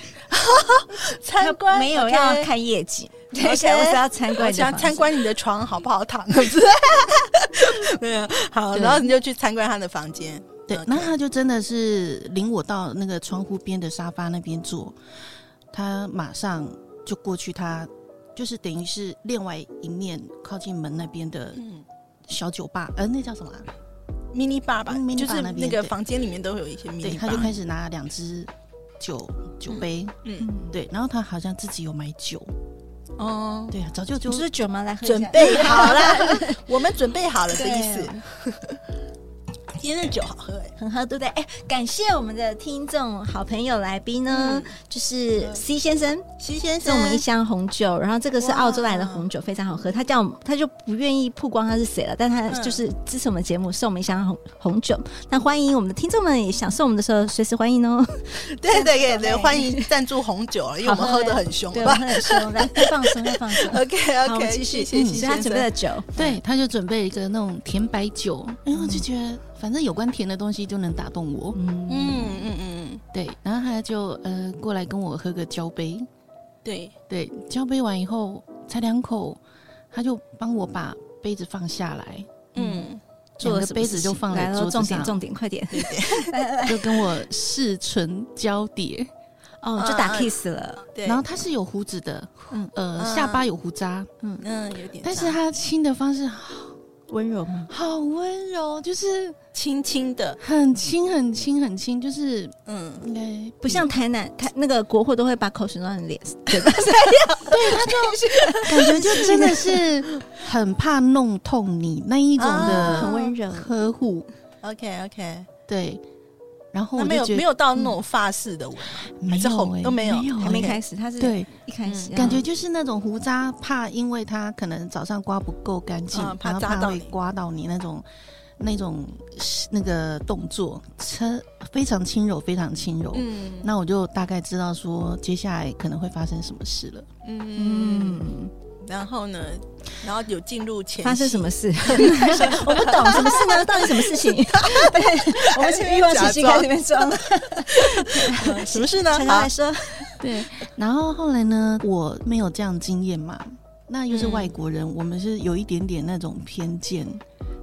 Speaker 4: 参观
Speaker 3: 没有
Speaker 4: OK
Speaker 3: 要看夜景，对，
Speaker 4: OK
Speaker 3: 想我只要参观
Speaker 4: 我
Speaker 3: 你的
Speaker 4: 想
Speaker 3: 房间，
Speaker 4: 参观你的床好不好躺，是 没有好，
Speaker 1: 对
Speaker 4: 然后你就去参观他的房间。
Speaker 1: 对
Speaker 4: OK，
Speaker 1: 那他就真的是领我到那个窗户边的沙发那边坐，他马上就过去他，就是等于是另外一面靠近门那边的
Speaker 4: 嗯
Speaker 1: 小酒吧，呃，那叫什么啊、
Speaker 4: ，mini bar 吧
Speaker 1: 嗯，，mini
Speaker 4: 就
Speaker 1: bar
Speaker 4: 是
Speaker 1: 那边
Speaker 4: 那个
Speaker 1: 对
Speaker 4: 房间里面都会有一些 mini
Speaker 1: 对，
Speaker 4: bar
Speaker 1: 他就开始拿两只酒酒杯，
Speaker 4: 嗯，
Speaker 1: 对，然后他好像自己有买酒，
Speaker 4: 哦，
Speaker 1: 对啊，早就就
Speaker 3: 你是酒吗？来喝一下
Speaker 4: 准备好了，我们准备好了的意思。今天的酒好喝哎、
Speaker 3: 很喝，对不对？哎，感谢我们的听众好朋友来宾呢
Speaker 4: 嗯，
Speaker 3: 就是
Speaker 4: 嗯
Speaker 3: C 先生
Speaker 4: 徐先
Speaker 3: 送
Speaker 4: 生，
Speaker 3: 我们一箱红酒，然后这个是
Speaker 4: 哇
Speaker 3: 澳洲来的红酒，非常好喝。他叫我们他就不愿意曝光他是谁了，但他
Speaker 4: 嗯
Speaker 3: 就是支持我们节目，送我们一箱红红酒。那欢迎我们的听众们也想送我们的时候，随时欢迎哦。
Speaker 4: 对对对对，欢迎赞助红酒啊，因为我们
Speaker 3: 好喝
Speaker 4: 喝的很凶，
Speaker 3: 对，
Speaker 4: 好
Speaker 3: 我
Speaker 4: 吧
Speaker 3: 们很凶，来放松，来放松。
Speaker 4: ？OK
Speaker 3: 好，我们
Speaker 4: OK，
Speaker 3: 继续，
Speaker 4: 谢谢
Speaker 3: 嗯
Speaker 4: 徐
Speaker 3: 所以他
Speaker 4: 先
Speaker 3: 准备了
Speaker 4: 生。
Speaker 3: 酒，
Speaker 1: 对，他就准备一个那种甜白酒，嗯然后我就觉得反正有关甜的东西就能打动我，
Speaker 3: 嗯
Speaker 4: 嗯嗯嗯，
Speaker 1: 对，然后他就呃过来跟我喝个交杯，
Speaker 4: 对，
Speaker 1: 对，交杯完以后才两口，他就帮我把杯子放下 来，
Speaker 4: 嗯，
Speaker 1: 两
Speaker 3: 做了
Speaker 1: 个
Speaker 3: 什么
Speaker 1: 杯子
Speaker 3: 事
Speaker 1: 就
Speaker 3: 情
Speaker 1: 放
Speaker 3: 来
Speaker 1: 在
Speaker 3: 了，
Speaker 1: 桌
Speaker 3: 重
Speaker 1: 子
Speaker 3: 点
Speaker 1: 上，
Speaker 3: 重点，快点
Speaker 4: 对对
Speaker 1: 就跟我试唇交叠。
Speaker 3: 哦，就打 kiss 了，
Speaker 4: 对。
Speaker 1: 然后他是有胡子的，
Speaker 3: 嗯
Speaker 1: 呃，
Speaker 4: 嗯
Speaker 1: 下巴有胡渣，
Speaker 4: 嗯，有点脏，
Speaker 1: 但是他亲的方式
Speaker 3: 温柔吗？
Speaker 1: 好温柔，就是
Speaker 4: 轻轻的，
Speaker 1: 很亲很亲很亲，就是
Speaker 4: 嗯，
Speaker 1: 应该
Speaker 3: 不像台南台那个国货都会把口水弄到你脸上，
Speaker 1: 感觉就真的是很怕弄痛你那一种
Speaker 4: 啊
Speaker 1: 的
Speaker 3: 很温柔。
Speaker 1: 呵护，
Speaker 4: OK OK，
Speaker 1: 对。然后
Speaker 3: 哦
Speaker 4: 那
Speaker 1: 我
Speaker 4: 没
Speaker 1: 就
Speaker 4: 有
Speaker 1: 觉
Speaker 4: 没
Speaker 1: 得
Speaker 4: 有到那
Speaker 3: 嗯
Speaker 4: 种法式的纹，
Speaker 1: 没
Speaker 4: 还是后
Speaker 1: 欸
Speaker 4: 都没有
Speaker 3: 还没
Speaker 1: 欸
Speaker 3: 开始，他是
Speaker 1: 对，
Speaker 3: 一开始
Speaker 4: 嗯
Speaker 1: 感觉就是那种胡渣，怕因为它可能早上刮不够干净，
Speaker 4: 嗯怕
Speaker 1: 然后
Speaker 4: 扎
Speaker 1: 怕
Speaker 4: 到
Speaker 1: 会
Speaker 4: 你
Speaker 1: 刮到你那种那种那个动作，车非常轻柔，非常轻柔。
Speaker 4: 嗯
Speaker 1: 那我就大概知道说接下来可能会发生什么事了。
Speaker 4: 嗯，
Speaker 3: 嗯，
Speaker 4: 然后呢，然后有进入前
Speaker 3: 发生
Speaker 4: 戏
Speaker 3: 什么 事？我不懂什么事呢？到底什么事情？对， 我们哦是欲望奇 迹开始边装，
Speaker 4: 什么事呢？
Speaker 3: 常常
Speaker 4: 好
Speaker 3: 来，说，
Speaker 1: 对，然后后来呢，我没有这样经验嘛，那又是
Speaker 4: 嗯
Speaker 1: 外国人，我们是有一点点那种偏见，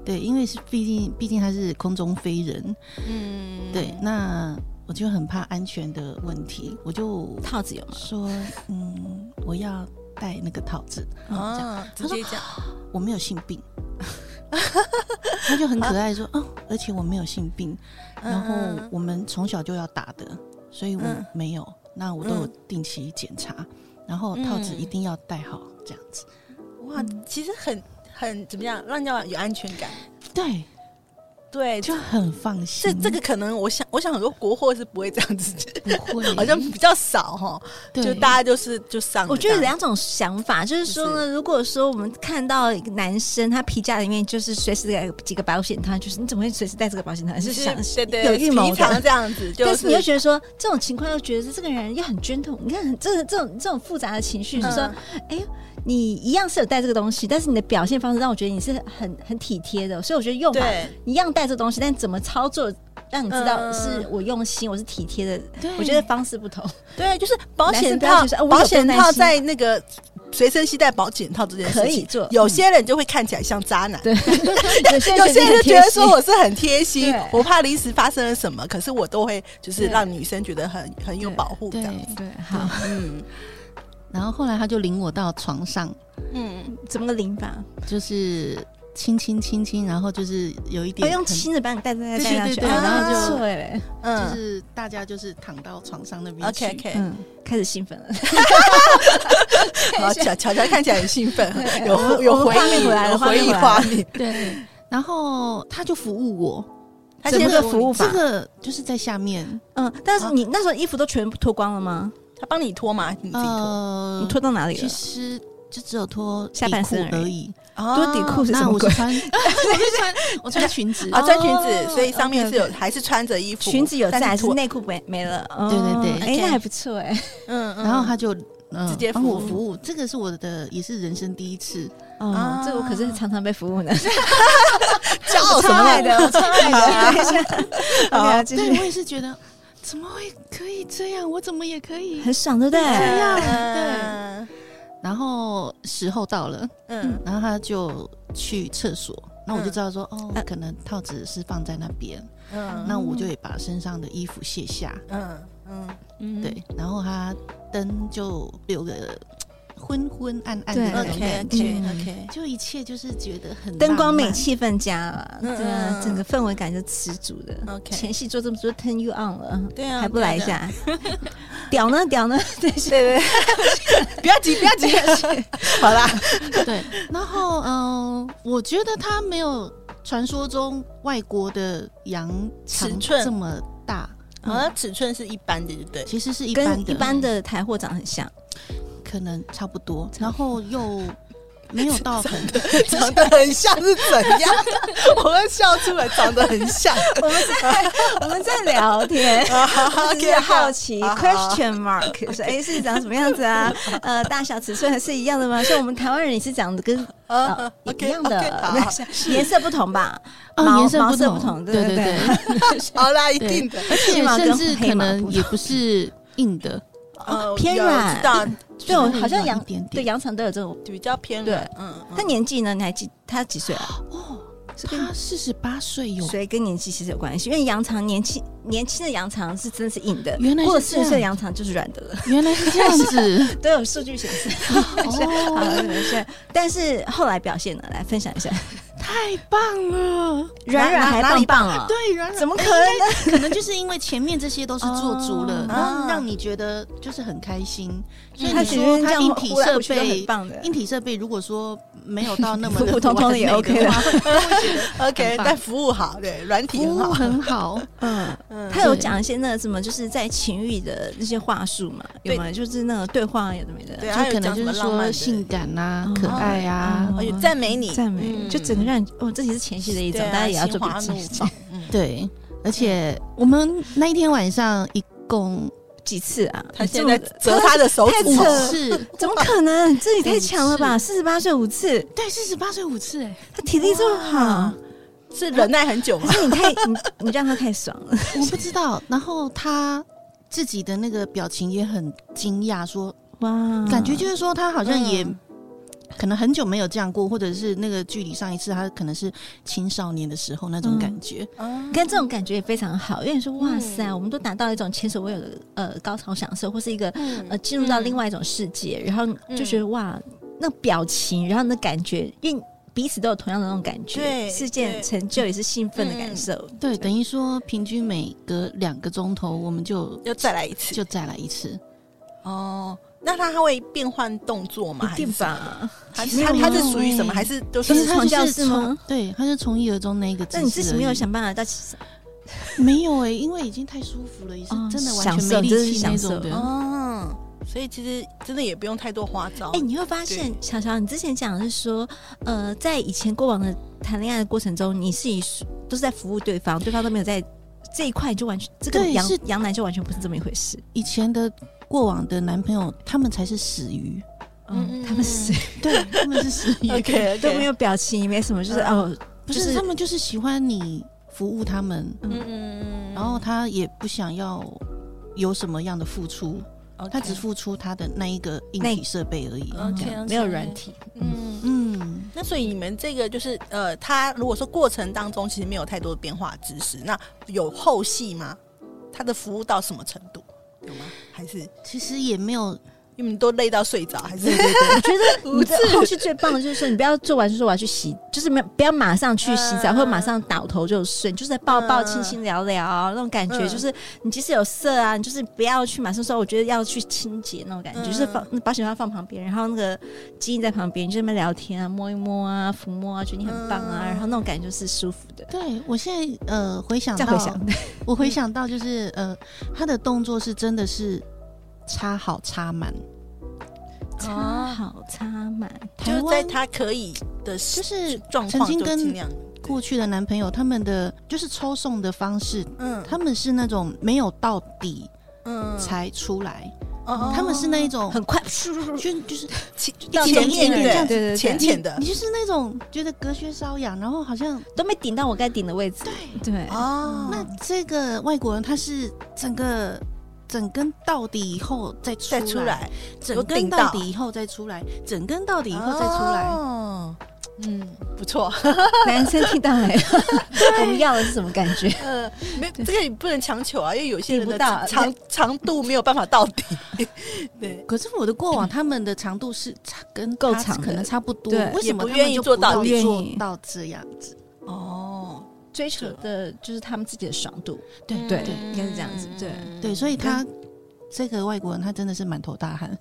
Speaker 1: 对，因为是毕竟毕竟他是空中飞人，
Speaker 4: 嗯，
Speaker 1: 对，那我就很怕安全的问题，我就
Speaker 3: 套子有吗？
Speaker 1: 说，嗯，我要戴那个套子，
Speaker 3: 嗯
Speaker 4: 啊，直接讲，
Speaker 1: 我没有性病。 他就很可爱地说：“哦，而且我没有性病，然
Speaker 4: 啊嗯
Speaker 1: 后我们从小就要打的，所以我
Speaker 4: 嗯
Speaker 1: 没有。那我都有定期检查，然后套子
Speaker 4: 嗯
Speaker 1: 一定要戴好，这样子。
Speaker 4: 哇，其实很很怎么样，让人家有安全感。
Speaker 1: 对，
Speaker 4: 对，
Speaker 1: 就很放心
Speaker 4: 这。
Speaker 3: 嗯
Speaker 4: 这个可能，我想，我想很多国货是不会这样子，
Speaker 1: 不会，
Speaker 4: 好像比较少哈，
Speaker 1: 对
Speaker 4: 就大家就是就上了
Speaker 3: 我觉得有
Speaker 4: 这样
Speaker 3: 两种想法，就是说呢，如果说我们看到一个男生，他皮夹里面就是随时带几个保险套，就是你怎么会随时带这个保险套？
Speaker 4: 就是
Speaker 3: 想
Speaker 4: 对对
Speaker 3: 有预谋
Speaker 4: 平常
Speaker 3: 的。
Speaker 4: 这样子，就
Speaker 3: 但是你又觉得说这种情况，又觉得这个人又很 gentle，你看这这种这种复杂的情绪，就是说哎
Speaker 4: 嗯
Speaker 3: 你一样是有带这个东西，但是你的表现方式让我觉得你是很很体贴的，所以我觉得用法
Speaker 4: 对
Speaker 3: 一样带这东西，但怎么操作让你知道
Speaker 4: 嗯
Speaker 3: 是我用心，我是体贴的，
Speaker 1: 对
Speaker 3: 我觉得方式不同，
Speaker 4: 对，就是保险
Speaker 3: 男生不要
Speaker 4: 套
Speaker 3: 觉得哦，我有
Speaker 4: 保险
Speaker 3: 多耐
Speaker 4: 套
Speaker 3: 心
Speaker 4: 在那个随身携带保险套这件事
Speaker 3: 可以
Speaker 4: 情，
Speaker 3: 做。
Speaker 4: 有些人就会看起来像渣男。
Speaker 3: 对，有些
Speaker 4: 有些人就觉得说
Speaker 3: 我。
Speaker 4: 我是很贴心
Speaker 3: 对，
Speaker 4: 我怕临时发生了什么，可是我都会就是
Speaker 3: 对
Speaker 4: 让女生觉得很很有保护这样。
Speaker 1: 对。
Speaker 3: 对，好，
Speaker 4: 嗯
Speaker 1: 然后后来他就领我到床上，
Speaker 4: 嗯，
Speaker 3: 怎么个领法？
Speaker 1: 就是亲亲亲亲，然后就是有一
Speaker 3: 我
Speaker 1: 点很
Speaker 3: 用亲的把你带带带
Speaker 1: 对对
Speaker 3: 上去，
Speaker 1: 对
Speaker 4: 对
Speaker 3: 啊
Speaker 4: 然后就
Speaker 3: 不错哎，
Speaker 1: 就
Speaker 4: 嗯
Speaker 1: 是大家就是躺到床上那边去
Speaker 4: ，OK OK，
Speaker 3: 嗯，开始兴奋了，
Speaker 4: 好，巧巧巧看起来很兴奋，
Speaker 3: 对
Speaker 4: 有有
Speaker 3: 我
Speaker 4: 回
Speaker 3: 们画面
Speaker 4: 忆，
Speaker 3: 回来了
Speaker 4: 有
Speaker 3: 画
Speaker 4: 回
Speaker 3: 面
Speaker 4: 忆
Speaker 3: 回来
Speaker 4: 画面。
Speaker 1: 对，然后他就服务我，
Speaker 4: 他
Speaker 3: 怎
Speaker 4: 现
Speaker 3: 么
Speaker 4: 在
Speaker 3: 个服务
Speaker 1: 这
Speaker 3: 法？
Speaker 1: 个就是在下面，
Speaker 3: 嗯，但是
Speaker 4: 啊
Speaker 3: 你那时候衣服都全部脱光了吗？
Speaker 4: 他帮你脱吗？你自己脱？
Speaker 1: 呃，
Speaker 3: 你脱到哪里
Speaker 1: 其
Speaker 3: 了？
Speaker 1: 实就只有脱
Speaker 3: 下
Speaker 1: 底
Speaker 3: 半
Speaker 1: 裤
Speaker 3: 身而
Speaker 1: 而已。
Speaker 4: 啊
Speaker 3: 脱底裤是什
Speaker 1: 那
Speaker 3: 么
Speaker 1: 我是
Speaker 3: 鬼？
Speaker 1: 穿，我 是穿，我穿裙子。
Speaker 4: 啊，
Speaker 1: 对
Speaker 4: 穿裙子，
Speaker 3: 哦
Speaker 4: 所以上面是有
Speaker 3: OK，OK
Speaker 4: 还是穿着衣服，
Speaker 3: 裙子有在，
Speaker 4: 但
Speaker 3: 还
Speaker 4: 是
Speaker 3: 是
Speaker 4: 脱
Speaker 3: 内裤没没了？
Speaker 1: 对
Speaker 3: 哦
Speaker 1: 对
Speaker 4: 对
Speaker 3: 哎，那
Speaker 4: OK
Speaker 3: 还不错哎。
Speaker 4: 嗯，嗯
Speaker 1: 然后他就嗯
Speaker 4: 直接
Speaker 1: 帮我
Speaker 4: 服务
Speaker 1: 服务，这个是我的也是人生第一次。
Speaker 3: 哦
Speaker 4: 啊，
Speaker 3: 这我可是常常被服务呢，
Speaker 4: 骄傲
Speaker 3: 我
Speaker 4: 什
Speaker 3: 超爱
Speaker 4: 么？
Speaker 3: 的，我超 爱的。OK，啊继
Speaker 1: 对
Speaker 3: 续，
Speaker 1: 我也是觉得怎么会可以这样，我怎么也可以。
Speaker 3: 很爽，对不对？
Speaker 1: 对呀
Speaker 4: 嗯
Speaker 1: 然后时候到了，
Speaker 4: 嗯
Speaker 1: 然后他就去厕所，那我就
Speaker 4: 嗯
Speaker 1: 知道说哦
Speaker 3: 呃，
Speaker 1: 可能套子是放在那边，
Speaker 4: 嗯
Speaker 1: 那我就也把身上的衣服卸下，
Speaker 4: 嗯嗯嗯，
Speaker 1: 对，然后他灯就有个昏昏暗暗的
Speaker 3: 对
Speaker 1: 那种
Speaker 4: ，OK
Speaker 1: 感
Speaker 4: OK
Speaker 1: 觉，
Speaker 4: OK，
Speaker 1: 就一切就是觉得很
Speaker 3: 灯光美，
Speaker 1: 浪漫
Speaker 3: 气氛佳啊，
Speaker 4: 嗯
Speaker 3: 对啊
Speaker 4: 嗯，嗯
Speaker 3: 整个氛围感就十足的。
Speaker 4: OK
Speaker 3: 前戏做这么多，turn you on 了，
Speaker 4: 对啊
Speaker 3: 还不来一下？ 屌呢，屌呢，对
Speaker 4: 对对，不要急，不要急，好啦，
Speaker 1: 对，然后嗯、我觉得它没有传说中外国的羊肠
Speaker 4: 尺寸
Speaker 1: 这么大，
Speaker 4: 好像尺寸是一般的，对不对？
Speaker 1: 其实是一般
Speaker 3: 跟
Speaker 1: 的，
Speaker 3: 一般的台货长很像，
Speaker 1: 可能差不多，然后又没有到很
Speaker 4: 长得很像是怎样？我会笑出来，长得很像。
Speaker 3: 我们在 我们在聊天。我 只
Speaker 4: OK，
Speaker 3: 是好奇
Speaker 4: 好好好
Speaker 3: ，question mark，说哎是长什么样子啊？呃，大小尺寸还是一样的吗？像我们台湾人也是长得跟呃
Speaker 4: 啊
Speaker 3: 一样
Speaker 4: OK，
Speaker 3: 的，
Speaker 4: 好
Speaker 3: 颜色不同吧？
Speaker 1: 啊
Speaker 3: 毛
Speaker 1: 颜色
Speaker 3: 毛
Speaker 1: 不
Speaker 3: 色
Speaker 1: 同，
Speaker 3: 不同对
Speaker 1: 对
Speaker 3: 对
Speaker 1: 对，
Speaker 4: 好啦，一
Speaker 1: 对
Speaker 4: 定的。
Speaker 1: 而且
Speaker 3: 细毛跟
Speaker 1: 甚至
Speaker 3: 黑
Speaker 1: 可
Speaker 3: 毛
Speaker 1: 能
Speaker 3: 不
Speaker 1: 也不是硬 的，
Speaker 4: 呃
Speaker 3: 偏
Speaker 4: 有
Speaker 3: 软
Speaker 4: 我知道
Speaker 3: 对，我好
Speaker 1: 稍
Speaker 3: 像
Speaker 1: 微
Speaker 3: 羊
Speaker 1: 一点点
Speaker 3: 对羊肠都有这种。
Speaker 4: 比较偏
Speaker 3: 对
Speaker 4: 软。嗯，
Speaker 3: 他年纪呢？你还记他几岁啊？
Speaker 1: 哦，
Speaker 3: 是跟
Speaker 1: 他四十八岁有
Speaker 3: 所以跟年纪其实有关系，因为羊肠年轻年轻的羊肠是真的是硬的，
Speaker 1: 原来是
Speaker 3: 过了四
Speaker 1: 这
Speaker 3: 十
Speaker 1: 样
Speaker 3: 岁的羊肠就是软的了，
Speaker 1: 原来是这样 子
Speaker 3: 都有数据显 示。好
Speaker 1: 哦，
Speaker 3: 没事但是后来表现呢，来分享一下，
Speaker 1: 太棒了！
Speaker 3: 软软还棒棒啊，
Speaker 1: 对，软软
Speaker 3: 怎么可能？
Speaker 1: 可能就是因为前面这些都是做足了
Speaker 3: 哦，
Speaker 1: 然后让你觉得就是很开心，所以
Speaker 3: 他
Speaker 1: 你
Speaker 3: 只是
Speaker 1: 说
Speaker 3: 这
Speaker 1: 它
Speaker 3: 样
Speaker 1: 硬体
Speaker 3: 呼来
Speaker 1: 设
Speaker 3: 呼去都很
Speaker 1: 备。
Speaker 3: 棒的，
Speaker 1: 硬体设备如果说没有到那么
Speaker 3: 普普通通的也 OK
Speaker 1: 的
Speaker 3: 了
Speaker 1: 话，
Speaker 4: 嗯 OK，
Speaker 1: 很棒
Speaker 4: 但服务好，对，软 体
Speaker 1: 服
Speaker 4: 很
Speaker 1: 务很
Speaker 4: 好。
Speaker 1: 好。
Speaker 3: 嗯，
Speaker 4: 嗯
Speaker 3: 他有讲一些那什么，就是在情欲的那些话术嘛，有吗？就是那个对话有的没的，
Speaker 4: 对，
Speaker 1: 就
Speaker 4: 还有
Speaker 1: 可能
Speaker 4: 讲
Speaker 1: 就
Speaker 4: 什么
Speaker 1: 是
Speaker 4: 浪漫
Speaker 1: 说
Speaker 4: 的
Speaker 1: 性，感啊
Speaker 3: 哦、
Speaker 1: 可爱啊，
Speaker 3: 哦
Speaker 4: 哎呦赞美你，
Speaker 3: 赞美，
Speaker 4: 嗯
Speaker 3: 就整个让你哦，这也是前戏的一种
Speaker 4: 对，啊
Speaker 3: 大家也要做笔
Speaker 4: 心花
Speaker 3: 记
Speaker 4: 怒。放。嗯，
Speaker 1: 对。而且我们那一天晚上一共
Speaker 3: 几次啊？
Speaker 4: 他现
Speaker 3: 这么
Speaker 4: 在折他的手
Speaker 3: 太
Speaker 4: 指
Speaker 1: 五
Speaker 3: 扯
Speaker 4: 头，
Speaker 3: 了
Speaker 1: 次，
Speaker 3: 怎么可能？自己太
Speaker 1: 五
Speaker 3: 强了吧！四十八岁五次，
Speaker 1: 对，四十八岁五次，哎，
Speaker 3: 他体力这么好，
Speaker 4: 是忍耐很久吗
Speaker 3: 可？是你太 你你让他太爽了。
Speaker 1: 我不知道。然后他自己的那个表情也很惊讶，说
Speaker 3: 哇，
Speaker 1: 感觉就是说他好像也
Speaker 4: 嗯
Speaker 1: 可能很久没有这样过，或者是那个距离上一次他可能是青少年的时候那种
Speaker 3: 嗯
Speaker 1: 感觉。
Speaker 4: 啊
Speaker 3: 你看哦这种感觉也非常好，因为你说哇
Speaker 4: 嗯
Speaker 3: 塞，我们都达到一种前所未有的呃高潮享受，或是一个
Speaker 4: 嗯
Speaker 3: 呃进入到另外一种世界，然后就觉得哇，那表情，然后那感觉，因为彼此都有同样的那种感觉，
Speaker 4: 对
Speaker 3: 是件
Speaker 4: 对嗯
Speaker 3: 成就，也是兴奋的感受。
Speaker 1: 对，等于说平均每隔两个钟头我们就
Speaker 4: 又再来一次
Speaker 1: 就再来一次。
Speaker 4: 哦。那他会变换动作吗？还是什么？
Speaker 3: 吧？
Speaker 4: 他
Speaker 1: 没有
Speaker 4: 他他是属于什么？
Speaker 1: 欸
Speaker 4: 还是都
Speaker 3: 啊就是是传教
Speaker 1: 他就
Speaker 3: 士
Speaker 1: 是
Speaker 3: 吗
Speaker 1: 从？对，他是从一而终那一个姿势
Speaker 3: 那
Speaker 1: 而已。
Speaker 3: 你自己没有想办法到
Speaker 1: 没有哎、因为已经太舒服了，也是
Speaker 3: 哦
Speaker 1: 真的
Speaker 3: 享
Speaker 1: 完
Speaker 3: 受
Speaker 1: 全没
Speaker 3: 真是
Speaker 1: 力气
Speaker 3: 享
Speaker 1: 那种
Speaker 3: 受
Speaker 1: 的。
Speaker 4: 哦？所以其实真的也不用太多花招
Speaker 3: 哎、。你会发现，小乔，你之前讲的是说，呃，在以前过往的谈恋爱的过程中，你是以都是在服务对方，对方都没有在这一块，你就完全这个
Speaker 1: 对
Speaker 3: 杨
Speaker 1: 是
Speaker 3: 杨楠就完全不是这么一回事。
Speaker 1: 以前的过往的男朋友，他们才是死鱼，
Speaker 3: 嗯，
Speaker 4: 嗯
Speaker 3: 他们是
Speaker 1: 对，他们是死鱼
Speaker 4: OK
Speaker 3: 都
Speaker 4: OK，
Speaker 3: 没有表情，也没什么，就是、
Speaker 4: 嗯
Speaker 3: 哦，
Speaker 1: 不
Speaker 3: 就是
Speaker 1: 他们就是喜欢你服务他们，
Speaker 4: 嗯嗯
Speaker 1: 然
Speaker 3: 哦
Speaker 1: 后他也不想要有什么样的付出，他只付出他的那一个硬
Speaker 3: 那
Speaker 1: 体设备而已。
Speaker 4: OK，
Speaker 1: 这样
Speaker 3: 没有软体，
Speaker 4: 嗯。
Speaker 1: 嗯，
Speaker 4: 那所以你们这个就是呃，他如果说过程当中其实没有太多的变化知识，那有后戏吗？他的服务到什么程度？有吗？还是
Speaker 1: 其实也没有，
Speaker 4: 你们都累到睡着？还是
Speaker 3: 我觉得你这后续最棒的就是说，你不要做完就说我要去洗，就是没有不要马上去洗澡，
Speaker 4: 嗯
Speaker 3: 或者马上倒头就睡，你就是在抱抱、
Speaker 4: 嗯
Speaker 3: 亲亲、聊聊那种感觉，
Speaker 4: 嗯
Speaker 3: 就是你即使有色啊，你就是不要去马上说，我觉得要去清洁那种感觉，
Speaker 4: 嗯
Speaker 3: 就是放保险套放旁边，然后那个基因在旁边，你就在那边聊天啊，摸一摸啊，抚摸啊，觉得你很棒啊，
Speaker 4: 嗯
Speaker 3: 然后那种感觉就是舒服的。
Speaker 1: 对我现在呃回想
Speaker 3: 这
Speaker 1: 到，
Speaker 3: 样回想，
Speaker 1: 我回想到就是呃，他的动作是真的是插好插满，
Speaker 3: 擦好擦满，
Speaker 4: 就
Speaker 1: 台
Speaker 4: 是在
Speaker 1: 湾
Speaker 4: 他可以的时
Speaker 1: 就是
Speaker 4: 状
Speaker 1: 曾
Speaker 4: 况
Speaker 1: 经
Speaker 4: 就
Speaker 1: 跟
Speaker 4: 尽量
Speaker 1: 过去的男朋友他们的就是抽送的方式，
Speaker 4: 嗯
Speaker 1: 他们是那种没有到底
Speaker 4: 嗯
Speaker 1: 才出来，
Speaker 4: 哦
Speaker 1: 他们是那一种
Speaker 3: 很快，
Speaker 1: 就就是
Speaker 4: 前
Speaker 3: 到
Speaker 4: 前
Speaker 1: 中间
Speaker 4: 面
Speaker 1: 一点这
Speaker 4: 的
Speaker 1: 样
Speaker 3: 子对对对
Speaker 4: 浅浅的
Speaker 1: 你就是那种觉得隔靴搔痒，然后好像
Speaker 3: 都没顶到我该顶的位置。对对，
Speaker 4: 哦
Speaker 1: 那这个外国人他是整个整根到底以后再出
Speaker 4: 再出
Speaker 1: 来，
Speaker 4: 来有
Speaker 1: 整
Speaker 4: 顶
Speaker 1: 根到
Speaker 4: 到
Speaker 1: 底以后再出来，整根到底以后再出来。
Speaker 4: 哦嗯，不 错。
Speaker 3: 男生听到没有？我们要的是什么感觉？
Speaker 4: 呃，没有这个你不能强求啊，因为有些人的
Speaker 3: 顶不到
Speaker 4: 长长度没有办法到底。 对，
Speaker 1: 可是我的过往，他们的长度是差跟
Speaker 3: 够
Speaker 1: 他
Speaker 3: 长的
Speaker 1: 可能差不多
Speaker 3: 对，
Speaker 1: 为
Speaker 4: 也
Speaker 1: 什么
Speaker 4: 不
Speaker 1: 他们
Speaker 4: 愿意
Speaker 1: 就
Speaker 4: 做到
Speaker 1: 不
Speaker 3: 愿
Speaker 1: 做
Speaker 3: 意
Speaker 1: 到这样子？
Speaker 4: 哦，
Speaker 3: 追求的就是他们自己的爽度，
Speaker 1: 对
Speaker 3: 对
Speaker 1: 对
Speaker 3: 应该是这样子对
Speaker 1: 对，所以他这个外国人他真的是满头大汗，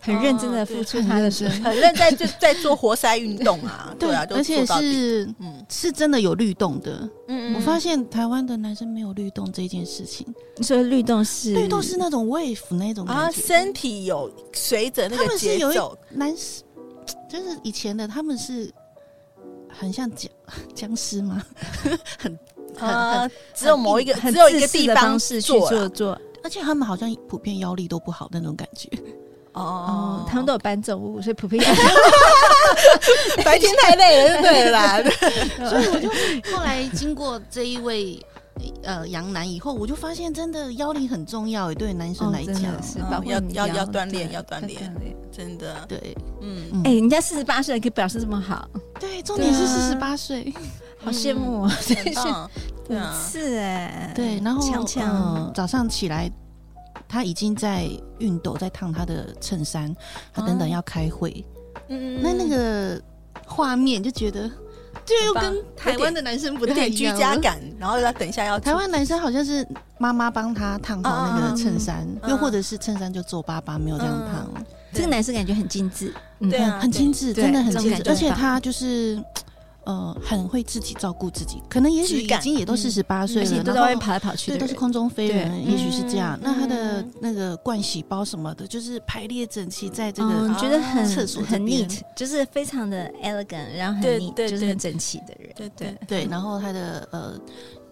Speaker 3: 很认真的付出他的时候，
Speaker 4: 很认真在在做活塞运动 啊，对啊，都
Speaker 1: 而且
Speaker 4: 做到底
Speaker 1: 是
Speaker 4: 嗯
Speaker 1: 是真的有律动的。
Speaker 4: 嗯
Speaker 1: 我发现台湾的男生没有律动这件事情，
Speaker 3: 你说律动是
Speaker 1: 律动是那种 wave 那种
Speaker 4: 啊，
Speaker 1: 感觉，
Speaker 4: 身体有随着那
Speaker 1: 他
Speaker 4: 个
Speaker 1: 们
Speaker 4: 节
Speaker 1: 是有一
Speaker 4: 奏，
Speaker 1: 男士，就是以前的他们是很像僵僵尸吗？很很很，
Speaker 4: 啊，只有某一个
Speaker 3: 呃很
Speaker 4: 只有一
Speaker 3: 自
Speaker 4: 个
Speaker 3: 私
Speaker 4: 地
Speaker 3: 的
Speaker 4: 方
Speaker 3: 方式去
Speaker 4: 做
Speaker 3: 做
Speaker 4: 啦
Speaker 3: 做
Speaker 1: 而且他们好像普遍腰力都不好那种感觉。
Speaker 4: 哦
Speaker 3: 哦，，他们都有搬重物，所以普遍
Speaker 4: 白天太累了，就对了 啦。
Speaker 1: 所以我就后来经过这一位呃杨楠以后，我就发现真的腰力很重要，对男生来讲，
Speaker 3: 是
Speaker 4: 嗯
Speaker 3: 包括
Speaker 4: 要
Speaker 3: 你
Speaker 4: 要
Speaker 3: 腰
Speaker 4: 要锻炼
Speaker 3: 对
Speaker 4: 要锻炼真的，
Speaker 1: 对
Speaker 4: 嗯，
Speaker 1: 嗯
Speaker 3: 哎，人家四十八岁还可以表现这么好，
Speaker 1: 对，重点是
Speaker 3: 对啊
Speaker 1: 四十八岁，
Speaker 4: 嗯
Speaker 3: 好羡慕哦，
Speaker 4: 很棒，对
Speaker 3: 五
Speaker 4: 啊，
Speaker 3: 次哎，
Speaker 1: 对，然后
Speaker 3: 强强
Speaker 1: 呃早上起来。他已经在熨斗，在烫他的衬衫，他等
Speaker 4: 哦
Speaker 1: 等要开会。
Speaker 4: 嗯
Speaker 1: 那那个画面就觉得，就又
Speaker 4: 很棒
Speaker 1: 跟台湾的男生不
Speaker 4: 有
Speaker 1: 太
Speaker 4: 点
Speaker 1: 一
Speaker 4: 居
Speaker 1: 样
Speaker 4: 家
Speaker 1: 了。
Speaker 4: 感，然后要等一下要
Speaker 1: 台湾男生好像是妈妈帮他烫好那个衬衫，
Speaker 4: 嗯
Speaker 1: 又或者是衬衫就皱巴巴，没有这样烫，
Speaker 3: 这个男生感觉很精致，嗯
Speaker 4: 对啊，
Speaker 1: 很
Speaker 4: 对
Speaker 1: 精致，
Speaker 3: 对
Speaker 1: 真的很
Speaker 3: 这种
Speaker 1: 精
Speaker 3: 感
Speaker 1: 致。
Speaker 3: 觉
Speaker 1: 而且
Speaker 3: 很棒
Speaker 1: 他就是，呃，很会自己照顾自己。可能也许
Speaker 4: 质
Speaker 1: 已
Speaker 4: 感
Speaker 1: 经也都
Speaker 3: 嗯
Speaker 1: 四十八岁
Speaker 3: 而且
Speaker 1: 了，
Speaker 3: 都
Speaker 1: 然
Speaker 3: 在外
Speaker 1: 后
Speaker 3: 面跑来跑去
Speaker 1: 对，
Speaker 3: 的
Speaker 1: 都是
Speaker 3: 人，
Speaker 1: 空中飞人，
Speaker 4: 对
Speaker 1: 也许是这样
Speaker 4: 嗯。
Speaker 1: 那他的那个盥洗包什么的，就是排列整齐在这
Speaker 3: 嗯
Speaker 1: 个
Speaker 3: 觉得很
Speaker 1: 啊厕所这
Speaker 3: 很
Speaker 1: 边
Speaker 3: neat，就是非常的 elegant，然后很
Speaker 4: 对
Speaker 3: neat，
Speaker 4: 对
Speaker 3: 就是
Speaker 4: 对
Speaker 3: 很整齐的人，
Speaker 4: 对对，
Speaker 1: 对，然后他的呃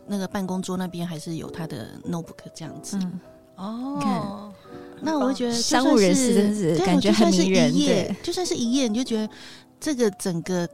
Speaker 1: 那个办公桌那边还是有他的 notebook 这样子。
Speaker 3: 嗯，
Speaker 4: 哦，
Speaker 3: 看
Speaker 1: 那我会觉得就
Speaker 3: 商
Speaker 1: 算
Speaker 3: 务人士真
Speaker 1: 是
Speaker 3: 是
Speaker 1: 对
Speaker 3: 感
Speaker 1: 我
Speaker 3: 觉
Speaker 1: 就算
Speaker 3: 很
Speaker 1: 是
Speaker 3: 迷人
Speaker 1: 一夜
Speaker 3: 对
Speaker 1: 就算是一夜，你就觉得这个整个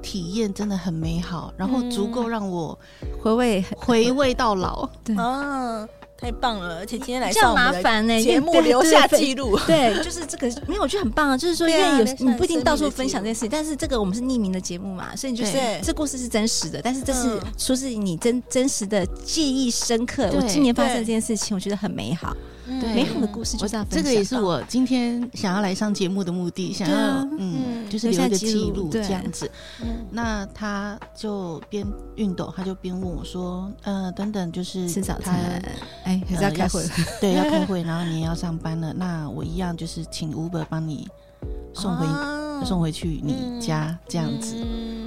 Speaker 1: 体验真的很美好，然后足
Speaker 3: 嗯
Speaker 1: 够让我
Speaker 3: 回味很
Speaker 1: 回味到 老。
Speaker 4: 啊，太棒了！而且今天来
Speaker 3: 这
Speaker 4: 上
Speaker 3: 样
Speaker 4: 我
Speaker 3: 麻
Speaker 4: 们的
Speaker 3: 烦呢、
Speaker 4: 节目
Speaker 3: 对对
Speaker 4: 留下
Speaker 3: 对
Speaker 4: 记录，
Speaker 3: 对，就是这个，没有，我觉得很棒啊。就是说，因
Speaker 4: 对啊
Speaker 3: 为有
Speaker 4: 留下
Speaker 3: 你不一定到
Speaker 4: 生
Speaker 3: 处
Speaker 4: 命的
Speaker 3: 分享这件事情，但是这个我们是匿名的节目嘛，所以你就是
Speaker 4: 对
Speaker 3: 这故事是真实的，但是这是
Speaker 4: 嗯
Speaker 3: 说是你真真实的记忆深刻。我
Speaker 1: 对
Speaker 3: 今年发生
Speaker 4: 对
Speaker 3: 这件事情，我觉得很美好，
Speaker 4: 嗯
Speaker 1: 对
Speaker 3: 美好的故事就
Speaker 1: 我
Speaker 3: 是要分
Speaker 1: 这
Speaker 3: 享。
Speaker 1: 个也是我今天想要来上节目的目的，想要、
Speaker 3: 对啊
Speaker 1: 嗯，
Speaker 4: 嗯
Speaker 1: 就是
Speaker 3: 留
Speaker 1: 留
Speaker 3: 下
Speaker 1: 一个
Speaker 3: 记
Speaker 1: 记
Speaker 3: 录
Speaker 1: 录
Speaker 3: 对
Speaker 1: 这样子。那他就边运动，他就边问我说：“呃，等等，就是
Speaker 3: 吃早
Speaker 1: 他
Speaker 4: 嗯
Speaker 3: 餐，哎，还是要
Speaker 1: 呃
Speaker 3: 开会了。
Speaker 1: 对，要开 会，然后你也要上班了，那我一样就是请 Uber 帮你送回、
Speaker 4: 啊
Speaker 1: 送回去你家、这样子。
Speaker 4: 嗯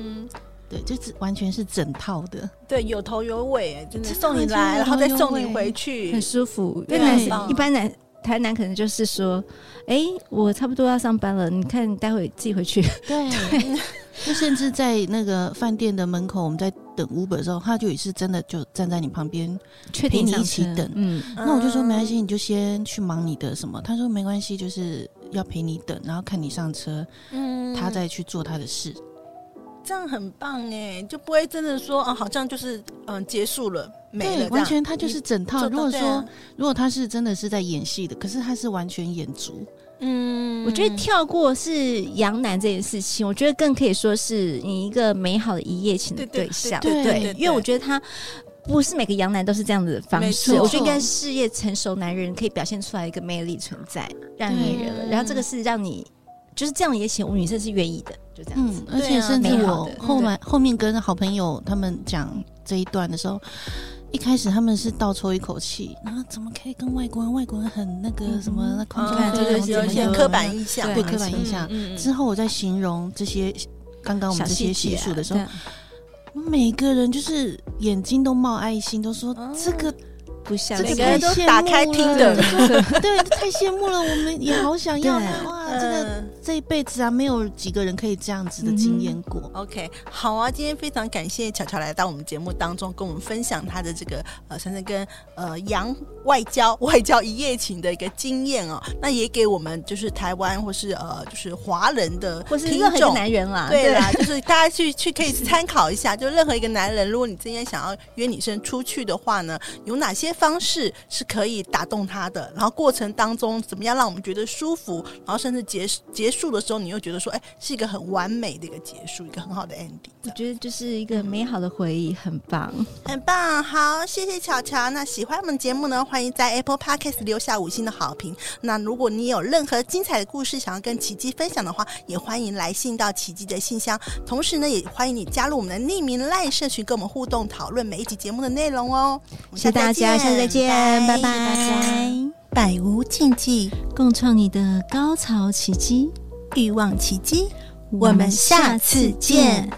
Speaker 1: 对，就是完全是整套的，
Speaker 4: 对，有头有尾，哎真的
Speaker 1: 真的
Speaker 4: 送你
Speaker 1: 完全
Speaker 4: 来，
Speaker 1: 有
Speaker 4: 然后
Speaker 1: 头
Speaker 4: 再
Speaker 1: 有
Speaker 4: 送你
Speaker 1: 尾
Speaker 4: 回去
Speaker 3: 很，舒服。因
Speaker 4: 对
Speaker 3: 为男
Speaker 4: 很棒
Speaker 3: 生一般男台南可能就是说，哎，我差不多要上班了，你看待会自己回去。
Speaker 1: 对， 就甚至在那个饭店的门口，我们在等 Uber 的时候，他就也是真的就站在你旁边。
Speaker 3: 确
Speaker 1: 陪
Speaker 3: 定
Speaker 1: 你
Speaker 3: 上
Speaker 1: 一起
Speaker 3: 车
Speaker 1: 等
Speaker 3: 嗯，
Speaker 1: 那我就说没关
Speaker 4: 嗯
Speaker 1: 系，你就先去忙你的什么。他说没关系，就是要陪你等，然后看你上车，
Speaker 4: 嗯
Speaker 1: 他再去做他的事。
Speaker 4: 这样很棒哎，就不会真的说啊，好像就是嗯结束了没了这
Speaker 1: 对，
Speaker 4: 样，
Speaker 1: 完全他就是整
Speaker 4: 你
Speaker 1: 套。
Speaker 4: 做啊
Speaker 1: 如
Speaker 4: 到
Speaker 1: 果
Speaker 4: 这
Speaker 1: 说
Speaker 4: 样
Speaker 1: 如果他是真的是在演戏的，可是他是完全演足。
Speaker 4: 嗯
Speaker 3: 我觉得跳过是杨楠这件事情，我觉得更可以说是你一个美好的一夜情的
Speaker 4: 对对对
Speaker 3: 象，
Speaker 1: 对对
Speaker 4: 对对
Speaker 3: 因为我觉得他。不是每个杨楠都是这样子的方
Speaker 4: 没
Speaker 3: 式，
Speaker 4: 错
Speaker 3: 我觉得应该事业成熟男人可以表现出来一个魅力存在，让你
Speaker 1: 对
Speaker 3: 人了。然后这个是让你就是这样的一夜情，我女生是愿意的，就这样子
Speaker 1: 嗯。，而
Speaker 4: 对
Speaker 1: 且
Speaker 4: 啊
Speaker 1: 甚至
Speaker 3: 美好
Speaker 1: 我
Speaker 3: 的
Speaker 1: 后
Speaker 3: 对
Speaker 1: 来后面跟好朋友他们讲这一段的时候，一开始他们是倒抽一口气，然后怎么可以跟外国人？外国人很那个什么，那空中
Speaker 4: 啊
Speaker 1: 飞
Speaker 3: 对对
Speaker 1: 龙
Speaker 3: 对
Speaker 1: 怎
Speaker 4: 有
Speaker 1: 么
Speaker 4: 一些
Speaker 1: 的
Speaker 4: 刻板印象嘛，
Speaker 1: 对
Speaker 3: 没
Speaker 1: 刻板
Speaker 3: 错
Speaker 1: 印象。
Speaker 4: 嗯
Speaker 1: 之后我在形容这些刚刚我们这些叙
Speaker 3: 细节啊
Speaker 1: 述的时候
Speaker 3: 对，啊
Speaker 1: 每个人就是眼睛都冒爱心，都说、
Speaker 4: 哦
Speaker 1: 这个
Speaker 3: 不像
Speaker 1: 这
Speaker 4: 每
Speaker 1: 个
Speaker 4: 个
Speaker 1: 太
Speaker 4: 人都
Speaker 1: 羡
Speaker 4: 打
Speaker 1: 慕
Speaker 4: 开
Speaker 1: 了
Speaker 4: Tinder
Speaker 1: 就说对，太羡慕了，我们也好想要那
Speaker 3: 对
Speaker 1: 哇，
Speaker 4: 嗯嗯
Speaker 1: 这个这一辈子啊，没有几个人可以这样子的经验过。
Speaker 4: OK，好啊！今天非常感谢巧巧来到我们节目当中，跟我们分享她的这个呃，甚至跟呃洋外交外交一夜情的一个经验哦。那也给我们就是台湾或是呃就是华人的
Speaker 3: 或是
Speaker 4: 听
Speaker 3: 任何一个
Speaker 4: 众。
Speaker 3: 男人啦，
Speaker 4: 对啦， 就是大家去去可以参考一下，就任何一个男人，如果你今天想要约女生出去的话呢，有哪些方式是可以打动他的？然后过程当中怎么样让我们觉得舒服？然后甚至结结束的时候，你又觉得说，哎，是一个很完美的一个结束，一个很好的 ending，
Speaker 3: 我觉得就是一个美好的回忆，很棒。
Speaker 4: 很棒。好，谢谢巧巧。那喜欢我们节目呢，欢迎在 Apple Podcast 留下五星的好评。那如果你有任何精彩的故事想要跟奇迹分享的话，也欢迎来信到奇迹的信箱。同时呢，也欢迎你加入我们的匿名赖社群，跟我们互动讨论每一集节目的内容哦。我们
Speaker 3: 谢谢大家，下次再见，拜拜，
Speaker 4: 百无禁忌，
Speaker 5: 共创你的高潮奇迹。
Speaker 4: 欲望奇迹。
Speaker 5: 我们下次见。